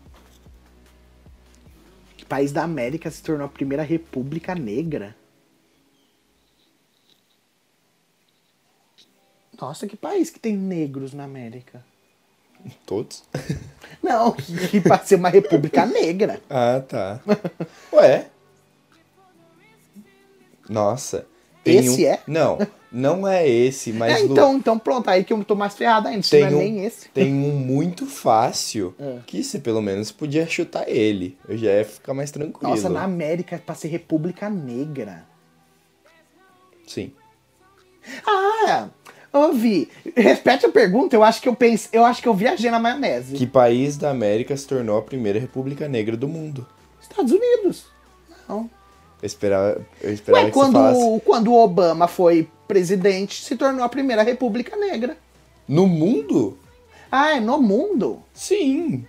Que país da América se tornou a primeira república negra? Nossa, que país que tem negros na América? Todos? Não, que pra ser uma república negra. Ah, tá. Ué. Nossa. um- Esse é? Não, não é esse, mas É, Lu, então, então pronto, aí que eu tô mais ferrado ainda, se tem não é um, nem esse. tem um muito fácil Ah. que você pelo menos podia chutar ele. Eu já ia ficar mais tranquilo. Nossa, na América, pra ser república negra. Sim. Ah, ouvi. Repete a pergunta, eu acho que eu pensei, eu acho que eu viajei na maionese. Que país da América se tornou a primeira república negra do mundo? Estados Unidos. Não. Eu esperava, eu esperava Ué, que você falasse. quando, quando o Obama foi presidente, se tornou a primeira república negra. No mundo? Ah, é no mundo? Sim.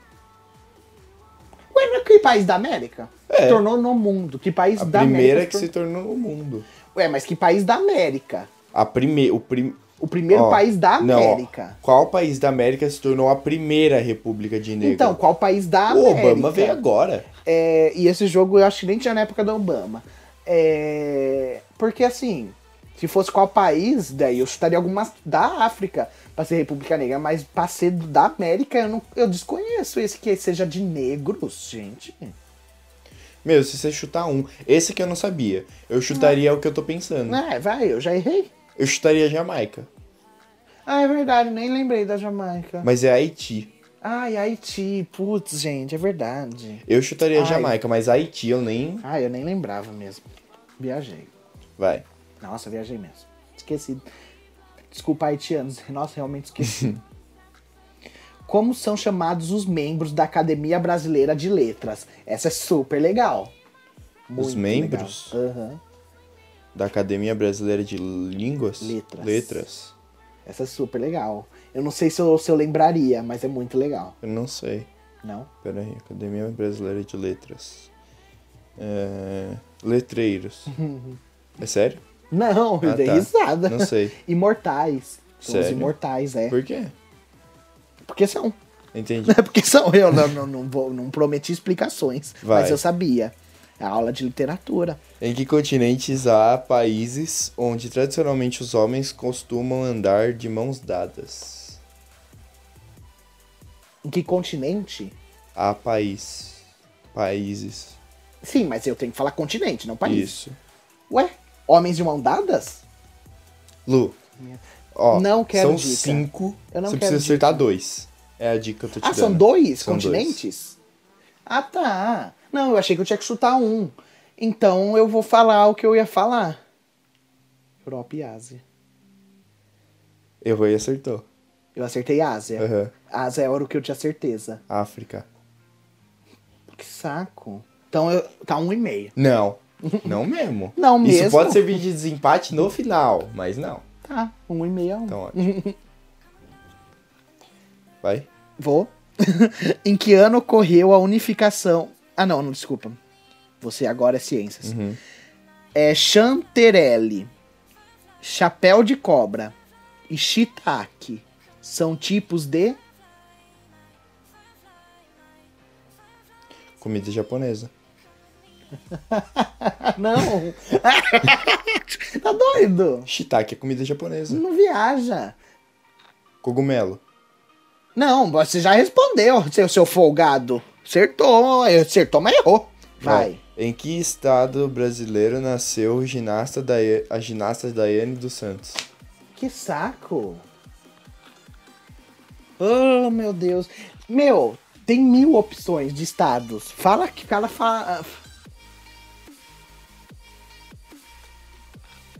Ué, não é que país da América? Se tornou no mundo. Que país É. A da primeira América? que se tornou no mundo. tornou? Ué, mas que país da América? A primeira, o prim... O primeiro Ó, país da não, ó. América. qual país da América se tornou a primeira república de negro? Então, qual país da o América? Obama veio agora. É, e esse jogo eu acho que nem tinha na época do Obama. É, porque assim, se fosse qual país, daí eu chutaria algumas da África pra ser República Negra, mas pra ser da América eu, não, eu desconheço esse que seja de negros, gente. Meu, se você chutar um, esse que eu não sabia. Eu chutaria o que eu tô pensando. Ah, vai, eu já errei. Eu chutaria Jamaica. Ah, é verdade, nem lembrei da Jamaica. Mas é Haiti. Ai, Haiti, putz, gente, é verdade. Eu chutaria Ai. Jamaica, mas Haiti eu nem. Ah, eu nem lembrava mesmo. Viajei. Vai. Nossa, viajei mesmo. Esqueci. Desculpa, haitianos. Nossa, realmente esqueci. Como são chamados os membros da Academia Brasileira de Letras? Essa é super legal. Os membros? legal. Aham. Da Academia Brasileira de Línguas? Letras. Letras. Essa é super legal. Eu não sei se eu, se eu lembraria, mas é muito legal. Eu não sei. Não? Pera aí, Academia Brasileira de Letras. É... Letreiros. é sério? Não, eu Ah, dei tá. risada. Não sei. Imortais. São os Sério? imortais, é. Por quê? Porque são. Entendi. Não é porque são eu, não, não, não, vou, não prometi explicações. Vai. Mas eu sabia. É a aula de literatura. Em que continentes há países onde tradicionalmente os homens costumam andar de mãos dadas? Em que continente? Há país. Países. Sim, mas eu tenho que falar continente, não país. Isso. Ué, homens de mão dadas? Lu, ó, Não quero são dica. cinco. Eu não você quero precisa acertar dois. É a dica que eu tô te Ah, dando. são dois São continentes? Ah, tá. Não, eu achei que eu tinha que chutar um. Então eu vou falar o que eu ia falar. Europa e Ásia. Errou e acertou. Eu acertei Ásia. Aham. Ásia era o que eu tinha certeza. África. Que saco. Então eu, tá um e meio. Não. Não mesmo. Não Isso mesmo. pode servir de desempate no final, mas não. Tá, um e meio a um. Então, ótimo. Vai. Vou. em que ano ocorreu a unificação? Ah, não, não, desculpa. Você agora é ciências. é chanterelle, chapéu de cobra e shiitake são tipos de Comida japonesa. Ah, não. tá doido? Shiitake é comida japonesa. Não viaja. Cogumelo. Não, você já respondeu, seu, seu folgado. Acertou, acertou, mas errou. Vai. Ó, Em que estado brasileiro nasceu o ginasta Daie- a ginasta Daiane dos Santos? Que saco. Oh, meu Deus. Meu, tem mil opções de estados. Fala que cara fala.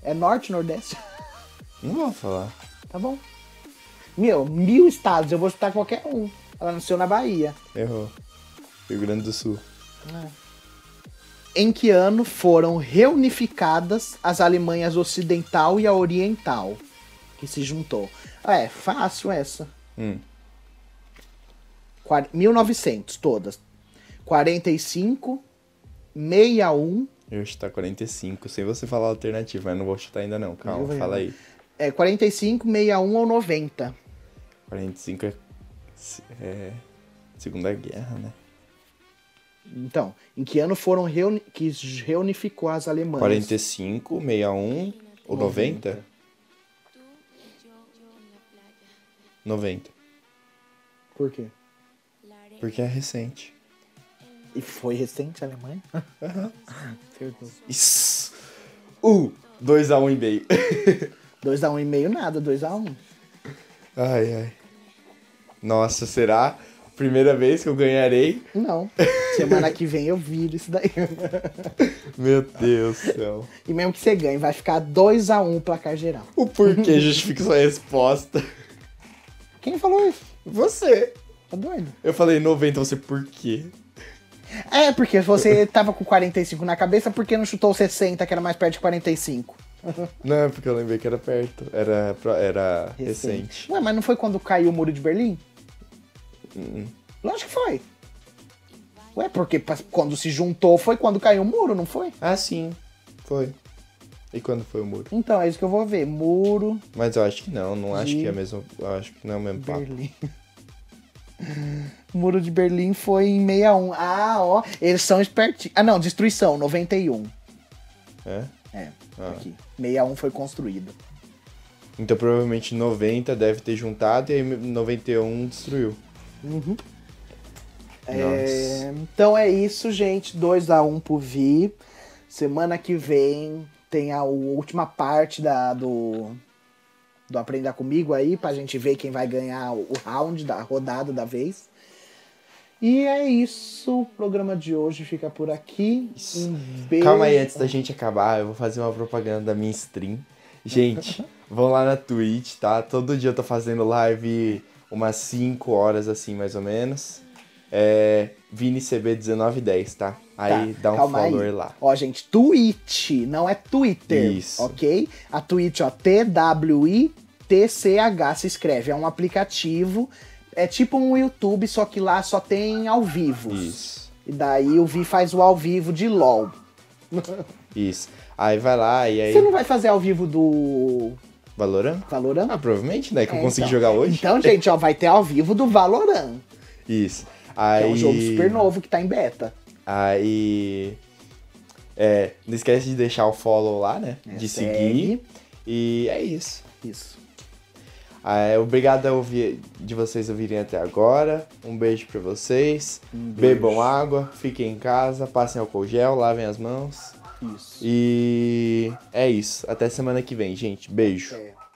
É norte, nordeste? Não vou falar. Tá bom. Meu, mil estados, eu vou chutar qualquer um. Ela nasceu na Bahia. Errou. Rio Grande do Sul. Em que ano foram reunificadas as Alemanhas Ocidental e a Oriental? Que se juntou. É, fácil essa. Hum. Quar- 1900, todas. 45, 61, Eu tá vou chutar 45, sem você falar a alternativa, mas não vou chutar ainda não. Calma, Meu fala aí. é, 45, 61 ou 90. 45 é, é Segunda Guerra, né? Então, em que ano foram reuni que reunificou as Alemanhas? 45, 61 ou 90? 90. Por quê? Porque é recente. E foi recente a Alemanha? Perdão. Isso. Uh, 2x1 um e meio. 2x1 e meio nada, 2x1. Ai, ai. Nossa, será? Primeira vez que eu ganharei? Não. Semana que vem eu viro isso daí. Meu Deus do céu. E mesmo que você ganhe, vai ficar 2x1 o placar geral. O porquê justifica sua resposta? Quem falou isso? Você. Tá doido? Eu falei 90, você por quê? É, porque você tava com 45 na cabeça, por que não chutou 60, que era mais perto de 45? Não, é porque eu lembrei que era perto. Era, pro- era recente. Ué, mas não foi quando caiu o muro de Berlim? Lógico que foi. Ué, porque pa- quando se juntou foi quando caiu o muro, não foi? Ah, sim. Foi. E quando foi o muro? Então, é isso que eu vou ver. Muro, Mas eu acho que não, não acho De- que é mesmo. Eu acho que não é o mesmo papo. Berlim. Muro de Berlim foi em 61. Ah, ó. Eles são espertinhos. Ah, não. Destruição, 91. É? É, Ah. aqui. 61 foi construído. Então provavelmente 90 deve ter juntado e aí 91 destruiu. É, então é isso, gente. 2x1 pro Vi. Semana que vem tem a última parte da, do, do Aprenda Comigo aí, pra gente ver quem vai ganhar o round da rodada da vez. E é isso. O programa de hoje fica por aqui. Isso. Um beijo. Calma aí, antes da gente acabar, eu vou fazer uma propaganda da minha stream. Gente, vão lá na Twitch, tá? Todo dia eu tô fazendo live umas 5 horas assim, mais ou menos. É ViniCB1910, tá? Aí Tá, dá um calma follower aí. lá. Ó, gente, Twitch, não é Twitter, Isso. ok? A Twitch, ó, T-W-I-T-C-H se escreve. É um aplicativo, é tipo um YouTube, só que lá só tem ao vivo. Isso. E daí o Vi faz o ao vivo de LOL. Isso. Aí vai lá e aí. Você não vai fazer ao vivo do Valorant? Valorant? Ah, provavelmente, né? Que eu É, consegui então. jogar hoje. Então, gente, ó, vai ter ao vivo do Valorant. Isso. Que Aí. é um jogo super novo que tá em beta. Aí. É, não esquece de deixar o follow lá, né? É, de segue. seguir. E é isso. Isso. Ah, é, obrigado a ouvir, de vocês ouvirem até agora. Um beijo pra vocês. Um Bebam água, fiquem em casa, passem álcool gel, lavem as mãos. Isso. E é isso. Até semana que vem, gente. Beijo. É.